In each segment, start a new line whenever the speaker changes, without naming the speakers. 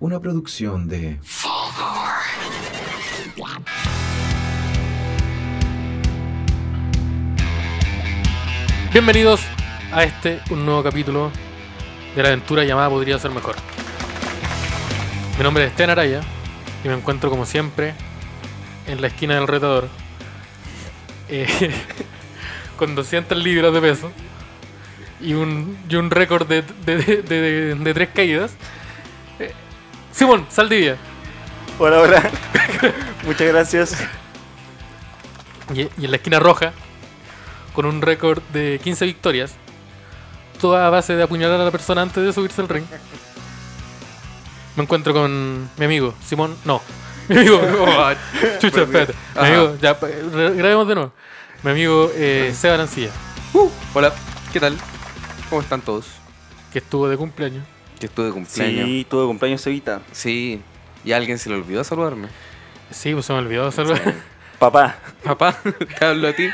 Una producción de...
Bienvenidos a este, un nuevo capítulo de la aventura llamada Podría ser mejor. Mi nombre es Sten Araya y me encuentro como siempre en la esquina del retador eh, con 200 libras de peso y un, y un récord de, de, de- de- de tres caídas. Eh, Simón, Saldivia.
Hola, hola. Muchas gracias.
Y, y en la esquina roja, con un récord de 15 victorias, toda a base de apuñalar a la persona antes de subirse al ring. Me encuentro con mi amigo, Simón. No, mi amigo. oh, chucha, espérate. Mi amigo, ya, pa- re- grabemos de nuevo. Mi amigo eh, Seba Arancilla,
Uh, hola, ¿qué tal? ¿Cómo están todos?
que estuvo de cumpleaños.
Yo estuve de cumpleaños.
Sí, tuve cumpleaños Evita.
Sí. Y a alguien se le olvidó saludarme.
Sí, pues se me olvidó hacerlo.
Papá.
Papá, te hablo a ti.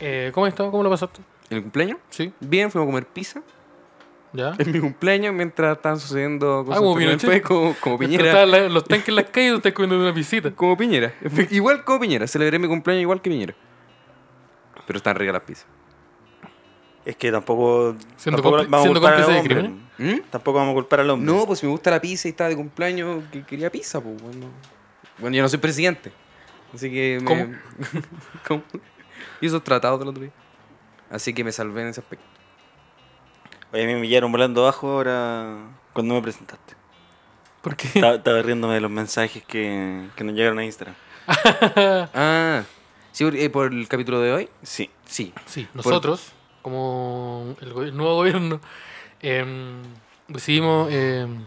Eh, ¿Cómo estás? ¿Cómo lo pasaste?
¿En el cumpleaños?
Sí,
Bien, fuimos a comer pizza.
ya.
En mi cumpleaños, mientras estaban sucediendo cosas
Ah, como
en el
Pinochet.
país, como, como
Mientras
Piñera.
estaban la- los tanques en las calles, ustedes comiendo una visita.
Como Piñera. Efe- Igual como Piñera. Celebré mi cumpleaños igual que Piñera. Pero están ricas las pizzas.
Es que tampoco.
Siendo
tampoco
compli- siendo cómplice de crimen.
¿Mm?
Tampoco vamos a culpar al hombre.
No, pues si me gusta la pizza y estaba de cumpleaños, que quería pizza, pues bueno. Bueno, yo no soy presidente. Así que me.
¿Cómo?
¿Cómo? Y esos tratados del otro día. Así que me salvé en ese aspecto.
Oye, a mí me pillaron volando abajo ahora cuando me presentaste.
¿Por qué?
Estaba, estaba riéndome de los mensajes que, que nos llegaron a Instagram.
Ah, ¿sí, por, eh, por el capítulo de hoy?
Sí.
Sí.
Sí, nosotros, como el, go- el nuevo gobierno, em, decidimos em,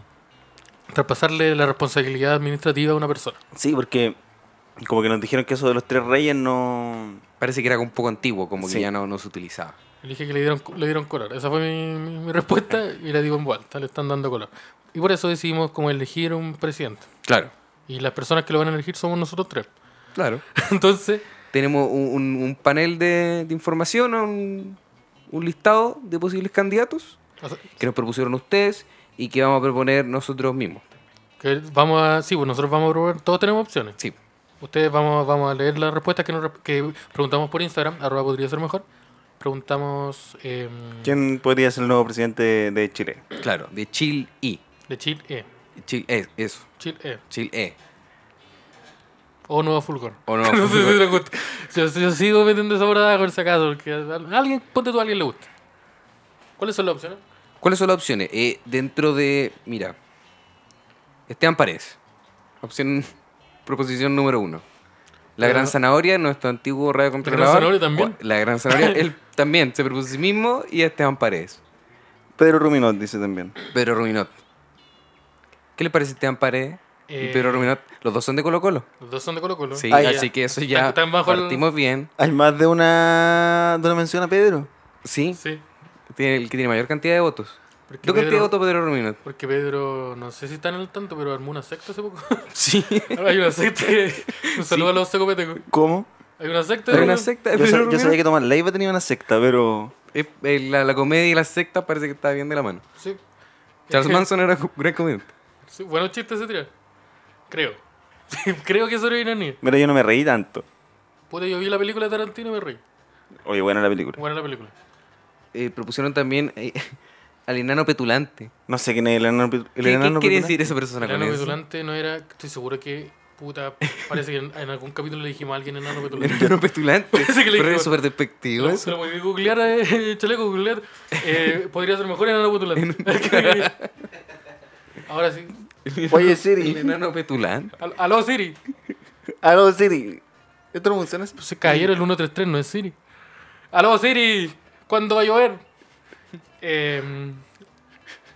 traspasarle la responsabilidad administrativa a una persona.
Sí, porque como que nos dijeron que eso de los tres reyes no.
Parece que era un poco antiguo, como
Sí.
que ya no, no se utilizaba.
Le dije que le dieron, co- le dieron color. Esa fue mi, mi- mi respuesta y la digo en vuelta, le están dando color. Y por eso decidimos como elegir un presidente.
Claro.
Y las personas que lo van a elegir somos nosotros tres.
Claro.
Entonces,
Tenemos un, un- un panel de, de información, un, un listado de posibles candidatos
o sea,
que nos propusieron ustedes y que vamos a proponer nosotros mismos.
que vamos a, sí, pues nosotros vamos a probar, todos tenemos opciones.
Sí.
Ustedes vamos, vamos a leer las respuestas que, nos, re- que preguntamos por Instagram, arroba podría ser mejor. Preguntamos... em,
¿Quién podría ser el nuevo presidente de Chile?
Claro, de Chill E.
De Chile E.
Chill E, eso.
Chile E.
Chill E.
O Nuevo Fulgor.
O Nuevo
no sé si
Fulgor.
le gusta. Yo, yo sigo metiendo esa morada por si acaso. Porque a alguien, ponte tú a alguien le gusta. ¿Cuáles son las opciones?
¿Cuáles son las opciones? Eh, dentro de. Mira. Esteban Paredes. Opción. Proposición número uno. La
Pero-
gran zanahoria, nuestro antiguo radio
zanahoria también.
La gran zanahoria, él también se propuso a sí mismo y a Esteban Paredes.
Pedro Ruminot dice también.
Pedro Ruminot. ¿Qué le parece Esteban Paredes
Eh,
y Pedro Ruminot? Los dos son de Colo Colo.
Los dos son de Colo Colo.
Sí,
Ah, ya.
así que eso ya
Están bajo el-
partimos bien.
Hay más de una, de una mención a Pedro.
Sí,
Sí.
tiene- el que tiene mayor cantidad de votos.
Porque
¿Tú cantidad de
Pedro-
votos Pedro Ruminot?
Porque Pedro, no sé si están al tanto, pero armó una secta hace poco.
Sí.
Hay una secta que. Un saludo a los secopetecos.
¿Cómo?
Hay una secta.
Hay
de-
una secta.
Yo,
Pedro
sab- yo
Ruminot.
sabía que Tomás Leiva tenía una secta, pero.
Eh, eh, la, la comedia y la secta parece que está bien de la mano.
Sí.
Charles Manson era un gran comediante.
Sí, buenos chistes se tiran. Creo. Sí, creo que eso era ni.
Mira, yo no me reí tanto.
Puta, yo vi la película de Tarantino y me reí.
Oye, buena la película.
Buena la película.
Eh, propusieron también eh, al enano petulante.
No sé quién es el enano. pit- El
¿Qué, qué
enano
quiere
pitular.
decir esa persona
El enano
con eso?
petulante no era. Estoy seguro que. Puta, parece que en, en algún capítulo le dijimos a alguien enano
El
petulante.
enano petulante.
Parece que le
Pero
dijo-
es súper despectivo
Lo-
eso.
Se lo podía googlear, eh, chaleco, googlear. Eh, podría ser mejor enano petulante. Ahora sí.
Oye,
El
Siri.
enano petulante.
Al- Aló, Siri.
Aló, Siri. ¿Esto no funciona así?
Pues se cayeron el 133, no es Siri. Aló, Siri. ¿Cuándo va a llover? Eh,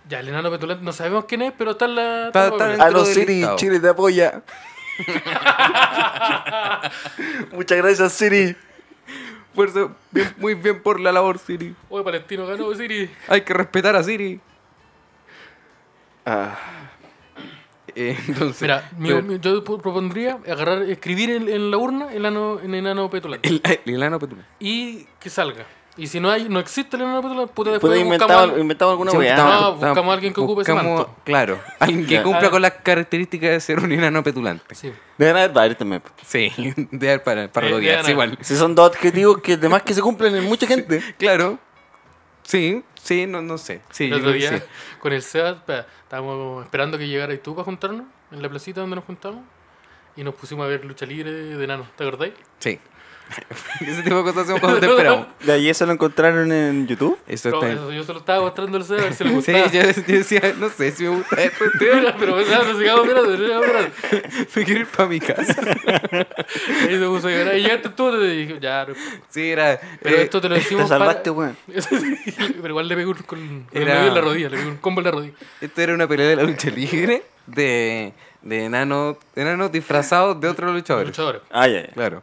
ya, el enano petulante. No sabemos quién es, pero está en la.
Está-
en la
está-
Ah,
película.
Aló, del Siri, listado. Chile
te apoya. Muchas gracias, Siri.
Fuerza, bien- muy bien por la labor, Siri.
Oye, Palestino ganó, Siri.
Hay que respetar a Siri.
Ah,
Eh, entonces,
Mira, mi-
pero-
mi- yo pro- propondría agarrar, escribir en, en la urna el ano, en enano petulante.
el, el enano petulante.
Y que salga. Y si no hay, no existe Leonardo Petula, puta,
Puta,
después buscamos,
inventaba,
al-
inventaba alguna
Sí,
weá.
estamos-
No, buscamos
estamos-
a alguien que ocupe ese manto.
Claro, alguien que
Ya.
cumpla
Ah.
con las características de ser un enano petulante.
Sí.
Deben haber varios también. po.
Sí, de dar para, para
Eh,
los días,
enano.
igual.
Si son dos adjetivos que además que se cumplen en mucha gente.
Claro, sí, sí, no, no sé. Sí,
El
yo
otro
creo que
día,
sí.
con el SEAT, pa, estábamos esperando que llegaras tú para juntarnos en la placita donde nos juntamos y nos pusimos a ver lucha libre de enanos, ¿te acordáis?
Sí. Ese tipo de cosas hacemos cuando te esperamos.
¿De ahí eso lo encontraron en YouTube?
Eso
No,
está
eso, yo solo estaba mostrando el SEAT a ver si le
Sí,
gustaba.
yo, yo decía, no sé si me gusta esto. tío.
Mira, pero pensaba, no sigamos mirando, no sigamos mirando.
Me quiero ir para mi casa.
Y se puso a llorar. Y llegaste tú y te dije, ya, no.
Sí, era.
pero
eh,
esto te lo decimos
Te salvaste,
para...
weón.
pero igual le pegó un- con, con el
Era-
medio en la rodilla, le pegó un combo en la rodilla.
Esto era una pelea de la lucha libre de, de enanos, enanos disfrazados de otros luchadores.
Luchadores.
Ah, ya, ya.
Claro.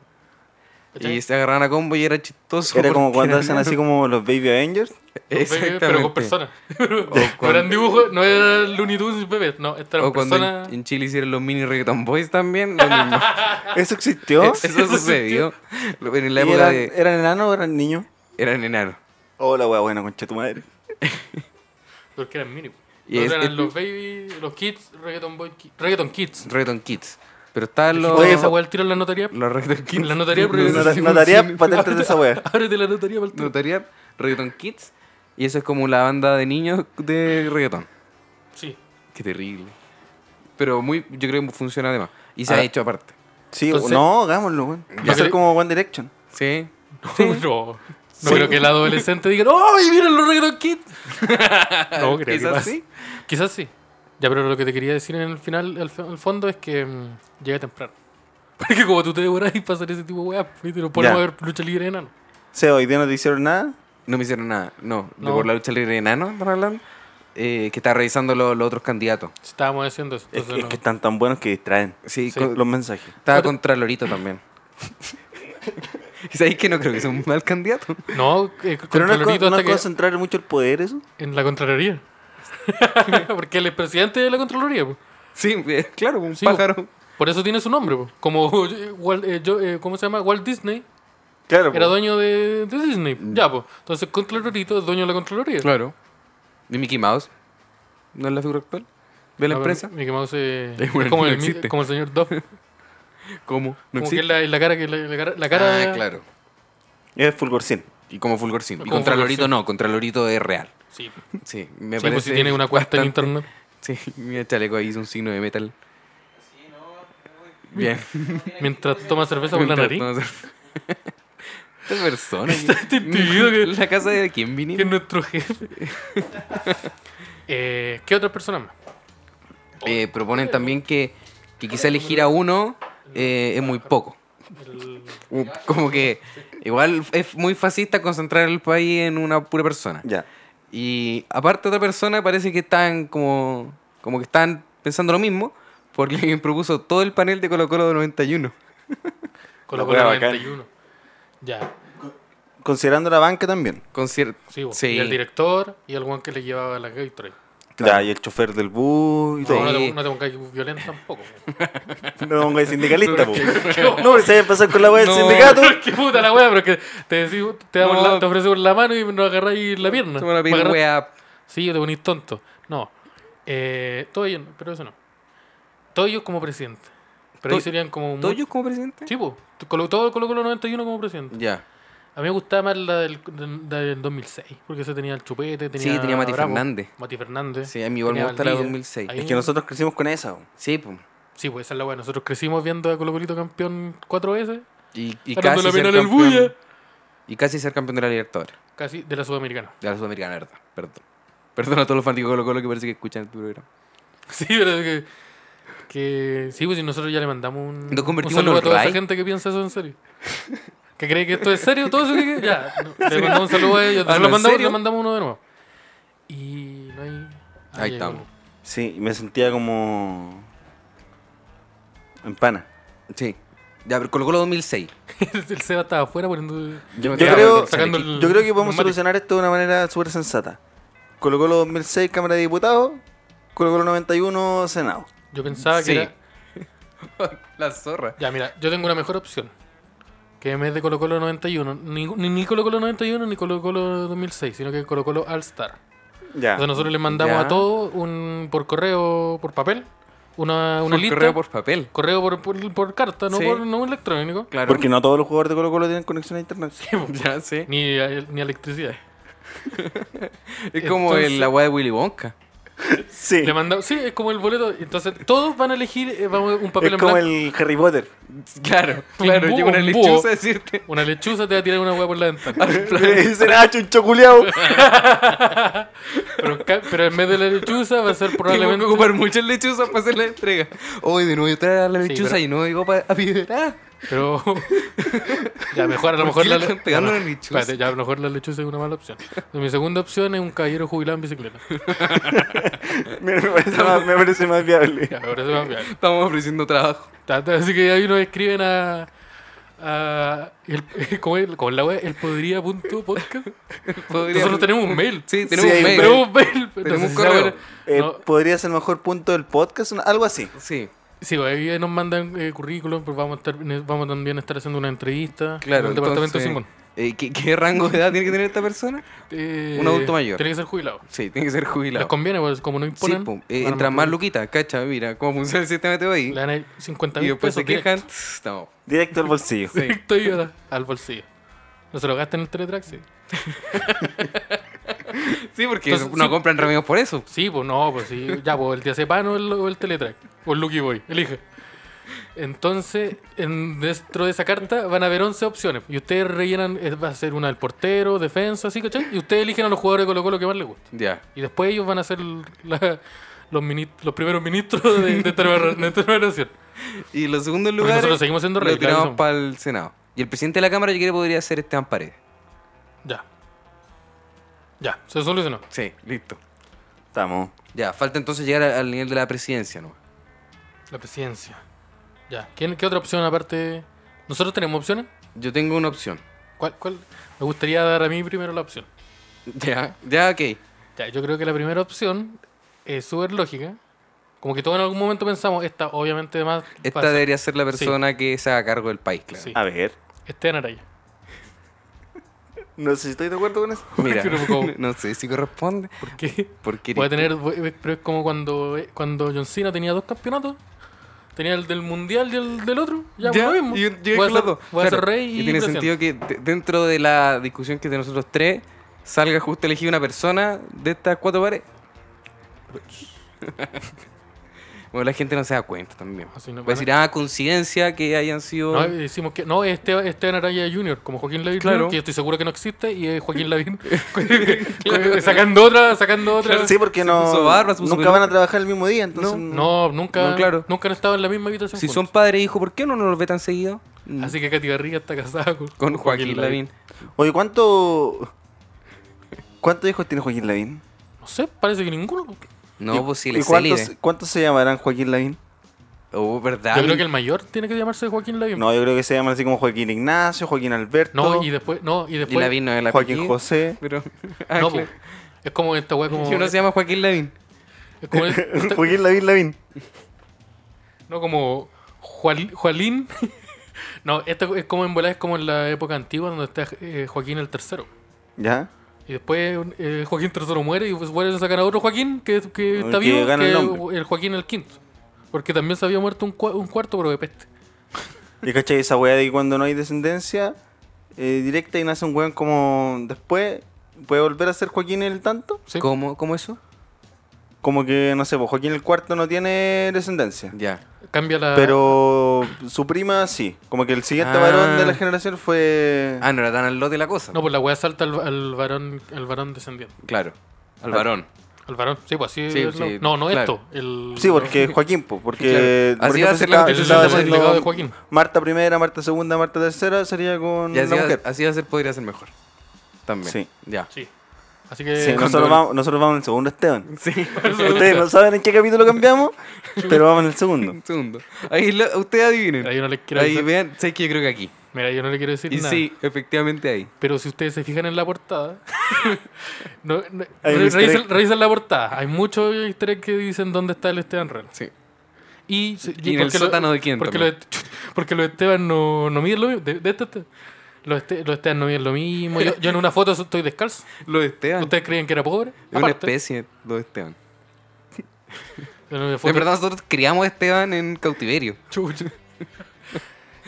¿Cachai?
Y se agarraban a combo y era chistoso.
Era como
porque
cuando
eran
hacen
enanos.
así como los Baby Avengers.
Bebé, Pero con
Exactamente.
personas.
con-
No eran dibujos, no era Looney Tunes bebés, no, estas eran
O cuando en-
personas.
en, Chile hicieron los mini reggaeton boys también. lo mismo.
¿Eso existió?
Eso, sucedió. Lo- En la
¿Y
época
eran, eh,
de.
¿Eran enanos o eran niños?
Eran enanos.
Hola, weá, buena, concha tu madre.
Porque eran mini.
Y
Los
es-
eran
es-
los baby, los kids, reggaeton boy, ki- reggaeton kids.
Reggaeton kids. Pero estaban los.
Oye,
Oye, esa weá el tiro en la notaría.
Los reggaeton kids.
La notaría, pero-
No sé si
Notaría
funciona.
patentes de esa weá.
Ábrete la notaría para el tiro.
Notaría reggaeton kids. Y eso es como la banda de niños de reggaeton.
Sí.
Qué terrible. Pero muy, yo creo que funciona además. Y se
Ah.
ha hecho aparte.
Sí,
Entonces-
no, hagámoslo, weón. Va
Ya.
a ser como One Direction.
Sí.
No. No creo que el adolescente diga, ¡ay, miren los reggaeton kids! no, Oh, creo que
Quizás
pasa.
sí.
Quizás sí. Ya, pero lo que te quería decir en el final, al, fe- al fondo, es que mm, llegué temprano. Porque como tú te devorás y pasar ese tipo de weá, pues, y te lo ponemos
Ya.
a ver lucha libre de enano.
O sea, hoy día no te hicieron nada.
No me hicieron nada. No, de
No.
por la lucha libre de enano, están hablando. eh, que está revisando lo- los otros candidatos.
Si Estábamos haciendo eso.
Es,
entonces
es
no.
que están tan buenos que distraen
Sí,
Sí.
con-
los mensajes.
estaba contra Lorito también. y sabéis que no creo que sea un mal candidato.
No, eh,
Pero no,
contra
es
Lorito
con- no
hasta
es
que-
concentrar mucho el poder eso.
en la Contraloría. Porque él es presidente de la Contraloría. po.
Sí, eh, claro, un
Sí,
pájaro.
Por eso tiene su nombre. po. Como, eh, Walt- eh, yo- eh, ¿Cómo se llama? Walt Disney
Claro,
era dueño de, de Disney. Ya, pues. Entonces, Contralorito es dueño de la Contraloría.
Mm. Claro. ¿Y Mickey Mouse? ¿No es la figura actual? ¿De la
A ver,
empresa?
Mickey Mouse eh,
Es bueno,
como,
no
el, mi-
existe.
como el señor Duff.
¿Cómo? No
como que
existe.
es la, la cara que la, la cara, la cara-
Ah, claro.
Es Fulgorcín.
Y como Fulgor Sim. Y
Como
contra
Fulgor
Lorito
Sim.
no, contra Lorito es real.
Sí, sí,
Sí, me
pues,
parece.
si tiene una cuenta en
bastante-
internet.
Sí, mira, chaleco ahí hizo un signo de metal. Bien.
Mientras toma cerveza por la nariz.
Mientras tomas el- Esta persona.
Este individuo que-
¿La casa de quién
Que es
vinimos?
nuestro jefe. Eh, ¿Qué otras personas más?
Eh, proponen también que, que quizá elegir a uno eh, es muy poco.
El-
Como que igual es muy fascista concentrar el país en una pura persona.
Ya.
Y aparte otra persona parece que están como, como que están pensando lo mismo porque alguien propuso todo el panel de Colo Colo del 91.
Con
La
la Colo
wea bacán.
91. Ya,
Considerando la banca también.
Con cier-
sí, vos.
Sí.
Y el director y el guan que le llevaba la Gatorade.
Ya, y el chofer del bus y
No,
todo.
no,
Sí.
te, no te pongas violento tampoco.
No pongas sindicalista, po. No, pero se vayan a pasar con la weá del
No.
sindicato.
Qué puta la wea, pero que te, decimos, te, damos
No.
la- te ofrecemos la mano y nos agarráis la pierna.
Se me la pide
Para agarrar-
wea.
Sí, yo te ponís tonto. No. Eh, Toyo, no, pero eso no. Toyo como presidente. Pero ahí
To-
serían como. mu-
¿Toyos como presidente?
Sí, po. Colo- Todo Colo Colo 91 como presidente.
Ya.
A mí me gustaba más la del, la del 2006. Porque ese tenía el chupete, tenía.
tenía Mati
Bravo,
Fernández.
Mati Fernández.
Sí, a mí igual me
tenía
gusta la
Valdivia.
2006.
Ahí-
Es que nosotros crecimos con esa. po.
Sí, pues.
Sí, pues esa es la wea. Nosotros crecimos viendo a Colo Colito campeón cuatro veces.
Y, y
ganando
casi
la
ser
final el
campeón.
Bulla.
Y casi ser campeón de la Libertadores.
Casi de la Sudamericana.
De la Sudamericana, la ¿verdad? Perdón. Perdón a todos los fanáticos de Colo Colo que parece que escuchan este programa.
Sí, pero es que. que sí, pues si nosotros ya le mandamos un,
Nos convertimos
un saludo
en
a
los
toda
Rai.
esa gente que piensa eso en serio. Que cree que esto es serio, todo eso que. Ya, no, le mandamos un saludo a ellos.
Ah,
Se
¿no,
lo
en
mandamos,
serio?
le mandamos uno de nuevo. Y no hay. ah,
Ahí
ya,
estamos.
Sí, y me sentía como. En pana.
Sí. Ya, pero Colo Colo 2006.
bueno. El Seba estaba afuera poniendo.
Yo
Yo Ya,
creo,
sacando
aquí.
el-
yo creo que podemos
el mate.
solucionar esto de una manera súper sensata. Colocó los 2006 Cámara de Diputados, colocó los 91 Senado.
Yo pensaba que
Sí.
era.
la zorra.
Ya, mira, yo tengo una mejor opción. que en vez de Colo Colo 91, ni, ni- ni Colo Colo 91 ni Colo Colo 2006, sino que Colo Colo All Star.
Ya.
Entonces nosotros les mandamos
Ya.
a todos un, por correo, por papel, una, una
Por
lista.
correo por papel.
correo por, por- por carta, no
Sí.
por no electrónico.
Claro.
Porque no todos los jugadores de Colo Colo tienen conexión a internet.
ya sé.
Ni, eh, ni electricidad.
Es como
Entonces-
el agua de Willy Wonka.
Sí.
Le mandamos, sí, es como el boleto. Entonces todos van a elegir eh, vamos, un papel
Es
en
como
blanco.
el Harry Potter.
Claro, claro.
búho,
Llevo una
un búho.
lechuza a decirte.
Una lechuza te va a tirar una hueá por la ventana.
Será "Ah, chuncho culiao.
Pero, en ca- pero en vez de la lechuza va a ser
Probablemente
probablemente...
ocupar muchas lechuzas para hacer la entrega. Hoy de nuevo trae la
Sí,
lechuza
pero-
y no digo para a Ah, piedra.
Pero... ya, mejor a lo
¿Por
mejor
qué
la...
le están pegando
ya,
a
no,
la lechuza?
espérate, ya, a lo mejor la lechuza es una mala opción. Mi segunda opción es un caballero jubilado en bicicleta.
me, parece más, me parece más viable.
Ya, me parece más viable.
Estamos ofreciendo trabajo.
Ta- ta- Así que ahí nos escriben a... a el, ¿cómo es? ¿Cómo es la web? El podría punto podcast.
Podría-
Nosotros tenemos un mail.
Sí, tenemos
Sí,
un
hay un
mail.
Tenemos un mail.
Tenemos un
Entonces,
correo.
ahora-
Eh,
no,
Podría ser el mejor punto del podcast, una- algo así.
Sí,
Sí, pues, ahí nos mandan eh, currículum, pues vamos a estar, ne- vamos también a estar haciendo una entrevista en
claro.
el departamento
entonces,
Simón.
eh, ¿qué, qué rango de edad tiene que tener esta persona?
Eh,
un adulto mayor.
Tiene que ser jubilado.
Sí, tiene que ser
Les
jubilado.
conviene, pues como no
Sí,
imponen.
pum, eh,
van a
entran más
mantener-
luquitas, cacha, mira cómo funciona el sistema de TBI.
Le dan 50
Y
mil
después
pesos
se
directo,
quejan. tss, No.
Directo al bolsillo.
directo y al, al bolsillo. No se lo gastan en el Teletrack, sí.
Sí, porque
Entonces,
no
sí.
compran remedios por eso.
Sí, pues no, pues sí. Ya, pues el diazepano o el, o el Teletrack. O el Lucky Boy, elige. Entonces, en, dentro de esa carta van a haber 11 opciones. Y ustedes rellenan, eh, va a ser una del portero, defensa, así, ¿cachai? Y ustedes eligen a los jugadores de Colo Colo que más les gusta.
Ya.
Y después ellos van a ser la- los, mini- los primeros ministros de, de esta nueva- de esta nueva nación.
Y los segundos
Porque
lugares
nosotros seguimos siendo
lo
radicales.
tiramos
somos.
para el Senado. Y el presidente de la Cámara yo creo que podría este ser Esteban Paredes.
Ya. Ya, se solucionó.
Sí, listo.
Estamos.
Ya, falta entonces llegar a- al nivel de la presidencia, ¿no?
La presidencia. Ya. ¿Quién, ¿Qué otra opción aparte? ¿Nosotros tenemos opciones?
Yo tengo una opción.
¿Cuál, ¿Cuál? Me gustaría dar a mí primero la opción.
Ya, ya, ok.
Ya, yo creo que la primera opción es súper lógica. Como que todos en algún momento pensamos, esta obviamente más...
Esta
pasa.
debería ser la persona que se haga cargo del país, claro.
Sí.
A ver.
Esteban Araya.
No sé si estoy de acuerdo con eso.
Mira,
Creo como-
no sé si corresponde.
¿Por qué?
Porque
Puede tener, eh, pero es como cuando, eh, cuando John Cena tenía dos campeonatos. Tenía el del mundial y el del otro. Ya,
Ya,
por lo mismo.
y yo-
voy a
yo con los
ser,
dos.
voy a
Claro,
ser rey y,
tiene
presidente.
sentido que de- dentro de la discusión que es de nosotros tres salga justo elegida una persona de estas cuatro pares. bueno, la gente no se da cuenta también.
Así no-
Va a decir, ah, coincidencia que hayan sido.
No, eh, decimos que no, es Esteban, Esteban Araya Jr., como Joaquín Lavín,
Claro.
Jr., que yo estoy seguro que no existe, y es Joaquín Lavín sacando otra, sacando otra.
Sí, porque no.
puso barba, se puso
nunca van a
peluca.
trabajar el mismo día, entonces.
No, nunca,
No, claro.
nunca han estado en la misma habitación.
si son
juntos.
padre e hijo, ¿por qué uno no los ve tan seguido? Mm.
Así que Katy Garriga está casada con,
Con Joaquín Lavín.
Oye, ¿cuánto. ¿Cuántos hijos tiene Joaquín Lavín?
No sé, parece que ninguno.
No, pues si
¿Y
le
cuántos,
célibe.
cuántos se llamarán Joaquín Lavín?
Oh, verdad.
Yo creo que el mayor tiene que llamarse Joaquín Lavín.
No, yo creo que se llaman así como Joaquín Ignacio, Joaquín Alberto,
No, y después, no, y
Y
después.
Lavín no es la
Joaquín José.
Pero. Ah,
No,
claro.
po. es como esta weá como.
Si uno se llama Joaquín Lavín.
Es como esta-
Joaquín Lavín Lavín.
no, como Jual- Jualín. no, esto es como en volada, es como en la época antigua donde está eh, Joaquín el tercero.
¿Ya?
Y después eh, Joaquín tercero muere y pues vuelven a sacar a otro Joaquín que, que está
que
vivo,
gana
que
el
es
nombre.
el Joaquín el quinto. Porque también se había muerto un, cua- un cuarto, pero de peste.
¿Y cachai esa weá de que cuando no hay descendencia eh, directa y nace un weón como después, puede volver a ser Joaquín el tanto?
Sí.
¿Cómo, ¿Cómo eso?
Como que, no sé, pues Joaquín el cuarto no tiene descendencia.
Ya.
Cambia la.
Pero su prima sí. Como que el siguiente
Ah.
varón de la generación fue.
Ah, no era tan al lote la cosa.
No, pues la weá salta al, al varón al varón descendiente.
Claro. Al varón.
Al varón, sí, pues así.
Sí,
es la-
sí,
no, no
claro.
esto. El,
sí, porque Joaquín, pues. Porque.
Claro. Así
por
va a
ejemplo, se
ser
estaba-
la mujer.
Ese
se
es
estaba
el
haciendo-
legado de
haciendo
Joaquín.
Marta primera, Marta segunda, Marta tercera, sería con
Y así,
la
va,
mujer.
así va a ser, podría ser mejor. También.
Sí.
Ya.
Sí. Así que.
Sí,
cuando-
nosotros, vamos, nosotros vamos en el segundo, Esteban.
Sí.
Ustedes no saben en qué capítulo cambiamos, pero vamos en el segundo.
Un segundo. Ahí lo- ustedes adivinen.
Mira,
Ahí,
yo no les quiero decir,
vean, sé que yo creo que aquí.
mira, yo no le quiero decir
Y
nada.
sí, efectivamente ahí.
Pero si ustedes se fijan en la portada, no, no-
Hay un
re-
easter egg.
revisen, revisen la portada. Hay muchos easter egg que dicen dónde está el Esteban Ren.
Sí.
Y,
¿Y en el
porque lo-
sótano de quién
Porque los,
también?
porque los Esteban no, no miden lo mismo. De- de esta- esta- los, Este- los Esteban no miden lo mismo. Yo, yo en una foto estoy descalzo.
Los Esteban.
¿Ustedes creían que era pobre?
Es una
Aparte,
especie, los Esteban.
en una
En
foto-
verdad, nosotros criamos a Esteban en cautiverio.
Chucha.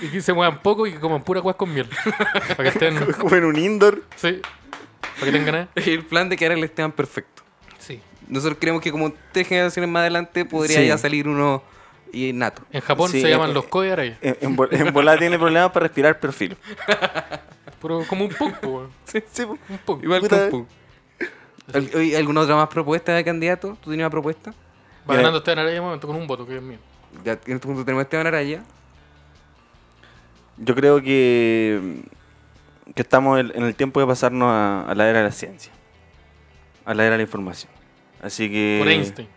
Y que se muevan poco y que coman pura cuas con miel. Para que estén.
Como en un indoor.
Sí. Para que tengan. eh,
El plan de crear el Esteban perfecto.
Sí.
Nosotros creemos que como tres generaciones más adelante podría
Sí.
ya salir uno y nato.
En Japón
Sí,
se llaman
eh,
los koi araya.
En, en, bol- en volada tiene problemas para respirar perfil.
Puro como un punk, po, weón.
Sí, sí, po.
Un punk.
Igual
Puta.
con Punk. Al- oye, ¿Alguna otra más propuesta de candidato? ¿Tú tenías una propuesta?
Va
Ya.
ganando Esteban Araya de momento con un voto, que es mío.
Ya en este punto tenemos a Esteban Araya.
Yo creo que, que estamos en en el tiempo de pasarnos a, a la era de la ciencia, a la era de la información. Así que.
Por Einstein.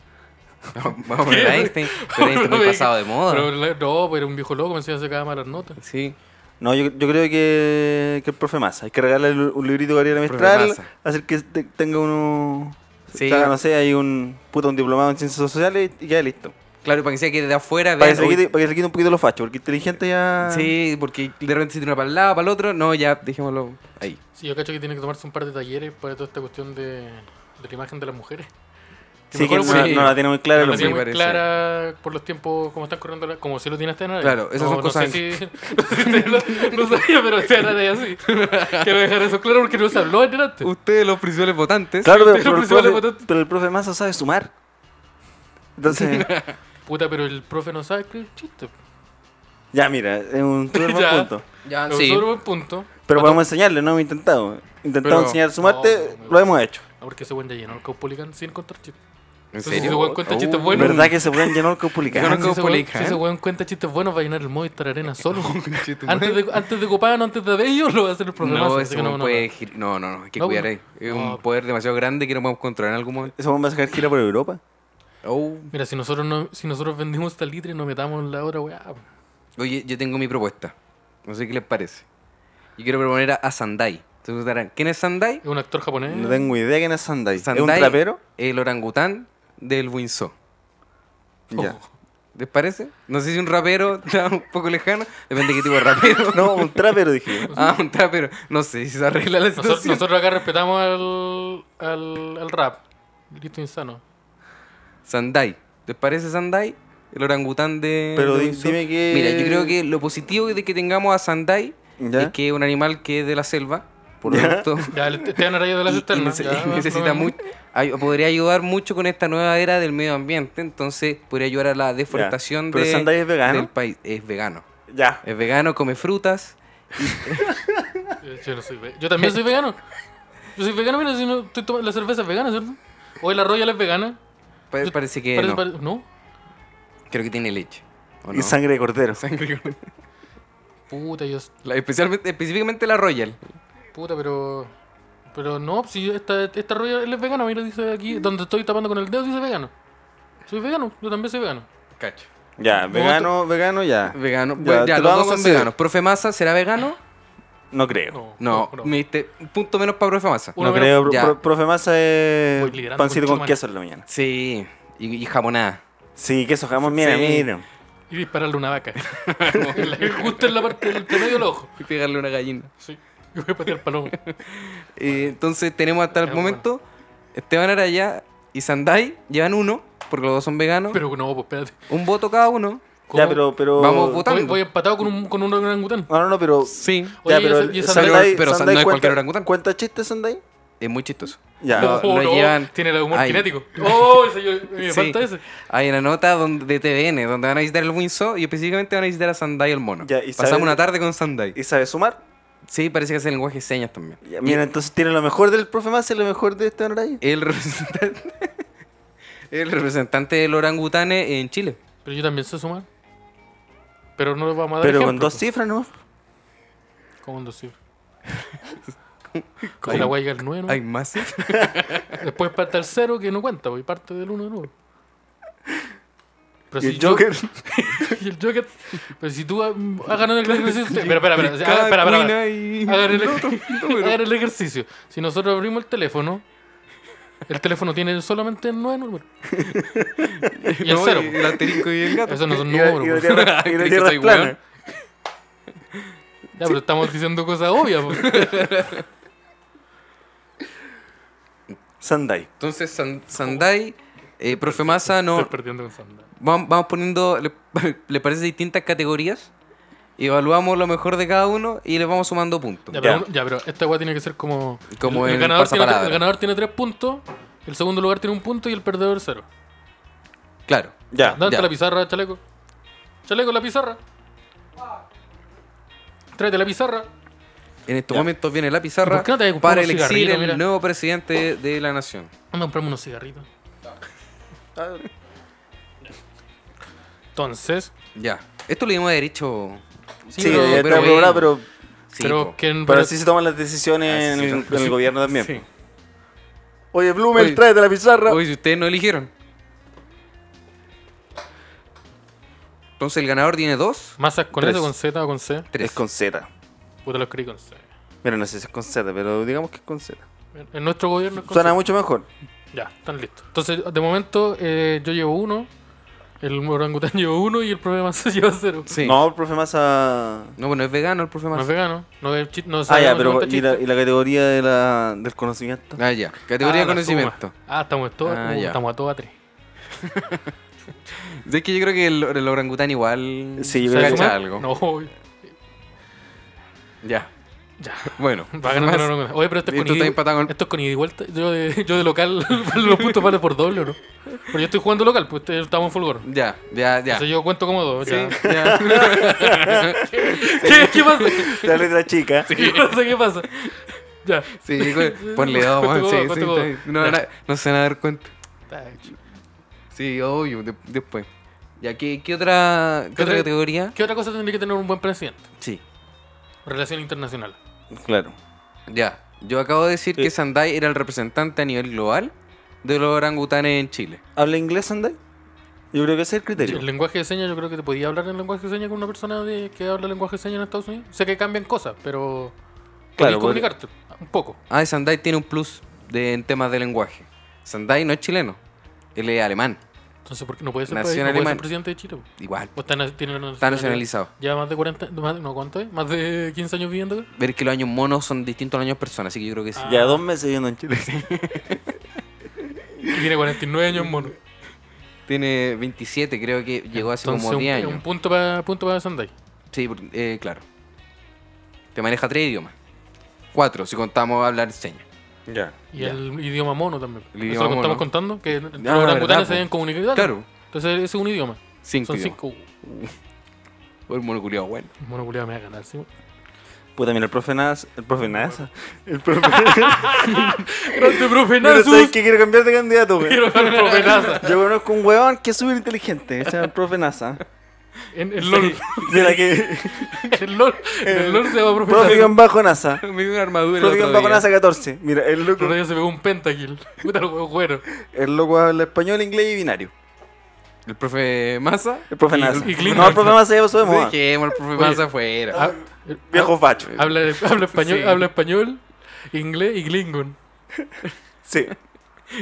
Vamos a poner a Einstein. Pero Einstein muy
Pero-
pasado de moda.
Pero, la- no, pero era un viejo loco, me enseñó a sacar malas notas.
Sí.
No, yo, yo creo que, que el profe Massa. Hay que regalarle el- un librito a Gabriela
Profe
Mistral,
Massa.
hacer que te- tenga uno.
Sí.
se haga, no sé, hay un puto un diplomado en ciencias sociales y ya listo.
Claro, para que sea que de afuera
Para que,
vean...
se le
uy,
quite, para que se le quite un poquito los fachos, porque inteligente ya.
Sí, porque de repente se tira para el lado, para el otro. No, ya, dejémoslo ahí.
Sí, yo cacho que tiene que tomarse un par de talleres para toda esta cuestión de, de la imagen de las mujeres. Que
Sí, que
mejor,
no,
Sí.
weón,
no la tiene muy clara.
no
el
la tiene
hombre.
muy
parece.
clara por los tiempos como están corriendo, la- como si lo tiene Esteban Araya.
Claro, esas
no,
son
no
cosas-
Sé si, no, no sabía, pero Esteban Araya sí. Quiero dejar eso claro porque no se habló en delante.
Ustedes, los principales votantes.
Claro, pero,
Sí,
pero
el principal
el profe,
votante.
pero el profe Massa sabe sumar. Entonces,
Puta, pero el profe no sabe escribir chistes.
ya mira, es un súper buen
Ya.
punto.
Ya,
Es un
Ah, sí.
súper buen punto.
Pero podemos enseñarle, no hemos intentado. Intentado
Pero-
enseñar sumarte,
No, no, no.
lo hemos hecho.
Ah, porque ese buen ya llenó el Caupolicán sin contar chistes.
¿En
Entonces, ese weón cuenta chistes
Uh,
buenos. Bueno.
¿Verdad que se pueden llenar con
Yo
publicar?
no-
Si ese weón-
Caupolicán.
si ese weón cuenta chistes buenos, va a llenar el Movistar Arena solo.
chistes
antes, de, antes de Copán, antes de Bello, lo va a hacer el programa.
No,
así
ese
que
no,
no, no,
puede gir- no, no, no, hay que
No,
cuidar
no.
ahí.
No.
Es un poder demasiado grande que no podemos controlar en algún momento.
Eso vamos a sacar gira por Europa.
Oh.
no. Mira, si nosotros, no, si nosotros vendimos esta litre y nos metamos la otra, weá.
Oye, yo tengo mi propuesta. No sé qué les parece. Yo quiero proponer a, a Sandai. Se preguntarán, ¿quién es Sandai?
Es un actor japonés.
No tengo idea quién es Sandai. ¿Es un
Sandai,
trapero?
El orangután del Winsor. Oh.
Ya.
¿Les parece? No sé si un rapero está un poco lejano. Depende de qué tipo de rapero.
No, un trapero dije.
Ah, un trapero. No sé si se arregla la situación.
Nosotros, nosotros acá respetamos al, al, al rap. Listo insano.
Sandai. ¿Les parece Sandai? El orangután de.
Pero
de
di-
Windsor.
dime que-
Mira, yo creo que lo positivo de que tengamos a Sandai
¿Ya?
es que es un animal que es de la selva. Por
¿Ya?
lo tanto.
Ya, el Esteban Araya de las
y- y
Eternas.
nece-
ya,
y
lo
necesita
vemos.
mucho. ay- podría ayudar mucho con esta nueva era del medio ambiente. Entonces, podría ayudar a la deforestación
¿Pero
de-
Sandai es vegano?
del país. Es vegano.
Ya.
Es vegano, come frutas.
Eh, Yo, no soy ve- yo también soy vegano. Yo soy vegano, mira, si no estoy tomando la cerveza es vegana, ¿cierto? O el arroyo es vegana.
Pa-
Yo-
parece que.
Parece-
no.
parece- no.
Creo que tiene leche. ¿o
Y
no?
sangre de cordero.
Sangre.
Puta, yo
La- especialmente, específicamente la Royal.
Puta, pero. Pero no, si esta, este esta roya él es vegano, mira, dice aquí, donde estoy tapando con el dedo, dice vegano. Soy vegano, yo también soy vegano.
Cacho.
Ya, vegano, vegano, ya.
Vegano.
Ya,
Bueno,
te
ya,
lo
los
vamos a
dos son
considerar.
veganos. Profe Massa, ¿será vegano?
No creo.
No,
No, me diste un punto menos para Profe Masa.
Uno
No
menos.
creo. Pro-
Ya.
pro- Profe Massa
Voy
es
liderando
pancito
con
con
Chumana.
queso en la mañana.
Sí, y, y jamonada.
Sí, queso jamón, mira,
Sí.
mira.
Y dispararle una vaca. En la- Justo en la parte del medio del ojo.
Y pegarle una gallina.
Sí. Y voy a patear el palomo.
Eh, entonces tenemos hasta el
Ah, bueno.
momento Esteban Araya y Sandai llevan uno, porque los dos son veganos.
Pero no, pues espérate.
Un voto cada uno.
Ya,
¿Cómo?
pero, pero.
Vamos
Voy-
votando.
Voy, empatado con un, con un orangután.
No, no, no, pero.
Sí,
Oye,
Ya,
¿y
pero.
esa- y
el-
esa-
Sandai-
Pero Sandai
cuenta-
es cualquier orangután.
¿Cuenta chistes, Sandai?
es muy chistoso.
Ya.
No. lo llevan-
Tiene el humor
Ay.
kinético. ¡Oh! Ese, yo, me
Sí.
falta ese.
Hay una nota donde, de TVN donde van a visitar el Winsor y específicamente van a visitar a Sandai el mono.
Ya, y
Pasamos
sabe-
una tarde con Sandai.
¿Y sabe sumar?
Sí, parece que hace lenguaje de señas también.
Ya, mira, entonces tiene lo mejor del profe Massa y lo mejor de este Araya.
El representante, el representante del orangután en Chile.
Pero yo también sé sumar. Pero no le vamos a dar
Pero con
ejemplo,
dos cifras, ¿no?
pues. Como un dos cifras.
¿Cómo?
Con la guayga el 9, ¿no?
Hay más.
Después parte el 0 que no cuenta, pues, y parte del 1 de nuevo. Pero
Y
si
el
yo-
Joker.
y el Joker. Pero si tú ha, has ganado el ejercicio. Pero espera, espera, espera.
Cada
Espera, espera,
cuina
espera.
y-
Hagan el,
No, no, no, pero-
hagan el ejercicio. Si nosotros abrimos el teléfono El teléfono tiene solamente nueve números. y el
No,
cero.
El asterisco y el gato.
Eso no son
Y la- y la
números. po.
tierra- y
¿Crees
la
que
tierra
soy
es plana.
weón?
Ya, pero estamos diciendo cosas obvias. po.
Sandai.
Entonces, San- Sandai, eh, profe Massa, no,
Estoy perdiendo con Sandai.
vam- vamos poniendo, le, le parece distintas categorías, evaluamos lo mejor de cada uno y le vamos sumando puntos.
Ya, pero,
Ya.
uno- ya, pero esta weá tiene que ser como.
Como en
ganador tiene,
pasapalabra.
el ganador tiene tres puntos, el segundo lugar tiene un punto y el perdedor cero.
Claro.
Ya.
Dante
Ya.
la pizarra, chaleco. Chaleco la pizarra. Tráete la pizarra.
En estos
Ya.
momentos viene la
¿Y
pizarra
por qué no te vas a comprar
para
un
elegir
cigarrillo,
el
mira?
nuevo presidente de la nación.
Vamos a comprarme unos cigarritos. Entonces,
Ya. Esto lo dimos derecho.
Sí,
pero-
ya
pero
está programado,
bueno.
pero,
Sí,
pero
po.
que en-
pero así se toman las decisiones
Así
en
se
el,
toma.
en el gobierno también.
Sí.
Oye, Blumel,
Oye.
tráete la pizarra.
Oye, si ustedes no eligieron. Entonces el ganador tiene dos,
Masas con
Tres.
S, con Z o con C.
Es
tres.
con Z.
Puta, lo escribí con C.
Pero no sé si es con Z, pero digamos que es con Z.
En- En nuestro gobierno es con
Suena
C.
mucho mejor.
Ya, están listos. Entonces, de momento, eh, yo llevo uno. El orangután lleva uno y el problema se lleva cero.
Sí. No.
No, el profe Massa.
bueno, pues es vegano el profe
No es
Massa.
vegano. No es chiste. No
Ah,
sabe-
ya,
no
pero.
cuenta
¿Y
chiste.
la, y la categoría de la, del conocimiento?
Ah, ya. Categoría
Ah,
de
la
conocimiento.
suma. Ah, estamos todos,
Ah,
uh,
ya.
estamos a todos a tres.
Es que yo creo que el, el orangután igual
Sí, yo
se
creo que-
cacha
sumar?
algo.
No, obvio.
Ya.
Ya.
Bueno.
va ganando la Noruega. Oye, pero esto es
Y
con
tú
ida
estás empatado
y-
con-
esto es con ida y vuelta. Yo de, yo de local, los puntos valen por doble, ¿o ¿no? Pero yo estoy jugando local, pues ustedes estamos en fulgor.
Ya, ya, ya.
Entonces yo cuento como dos.
Sí,
ya.
ya.
¿Qué, qué pasa?
La letra chica.
¿Qué pasa? ¿Qué pasa? Ya.
Sí, güey, ponle dos,
Cuento
man,
como
sí,
dos,
sí,
cuento como
está bien.
dos.
no,
Ya.
na- no se van a dar cuenta.
Está hecho.
Sí, obvio, de- después. Ya, ¿qué, qué otra, qué
¿Qué
otra
otra-
categoría?
¿Qué otra cosa tendría que tener un buen presidente?
Sí.
Relación internacional.
Claro.
Ya, yo acabo de decir
Sí.
que Sandai era el representante a nivel global de los orangutanes en Chile.
¿Habla inglés, Sandai? Yo creo que ese es el criterio.
El lenguaje de señas, yo creo que te podía hablar en lenguaje de señas con una persona de, que habla lenguaje de señas en Estados Unidos. Sé que cambian cosas, pero.
Claro,
Claro. comunicarte. Un poco.
Ah, y Sandai tiene un plus de, en temas de lenguaje. Sandai no es chileno, él es alemán,
Entonces, ¿por qué no puede ser,
Nació
país-
en
no puede ser
Alemania.
presidente de Chile? po?
igual.
¿O está, na- tiene la
Está
nacionalidad?
nacionalizado.
Lleva más de 40, más- no, ¿cuánto es? Más de 15 años viviendo acá.
Ver que los años monos son distintos a los años personas, así que yo creo que sí.
Ya dos meses viviendo en Chile.
Y tiene 49 años, mono.
Tiene 27, creo que llegó hace como
un,
10
un
años.
punto para punto para Sandai.
Sí, por- eh, claro. Te maneja tres idiomas. Cuatro, si contamos hablar señas.
ya.
Y
Ya.
el idioma mono también.
El
Eso
idioma
lo estamos
mono.
contando, que los
verdad,
orangutanes
po.
se deben comunicar.
Claro,
Entonces, ese es un idioma.
cinco
Son
idiomas.
cinco.
El monoculiado, bueno.
Uh, Mono culiao me va a ganar, ¿sí?
Puta, mira, el profe Nasa. El profe Nasa. El profe.
¡Grande profe
Pero sabes
Nasus!
que quiero cambiar de candidato, güey.
Quiero al profe Nasa.
Yo conozco un huevón que es súper inteligente. Se llama el profe Nasa.
En el LOL.
De la que.
En el LOL. En el LOL se llama profe
profe
Nasa.
guión bajo Nasa.
Me dio una armadura.
Profe guión bajo Nasa 14. Mira, el loco.
Pero ella se pegó un pentakill. Puta, el huevo güero.
El loco habla español, inglés y binario.
El profe Masa.
El profe
Y-
Nasa.
y Clint
No, el profe
Nasa.
Nasa ya pasó de moda.
Dejemos al profe
Oye.
Masa afuera.
Ah,
Viejo facho.
Habla, habla español,
Sí.
habla español, inglés y glingon.
Sí.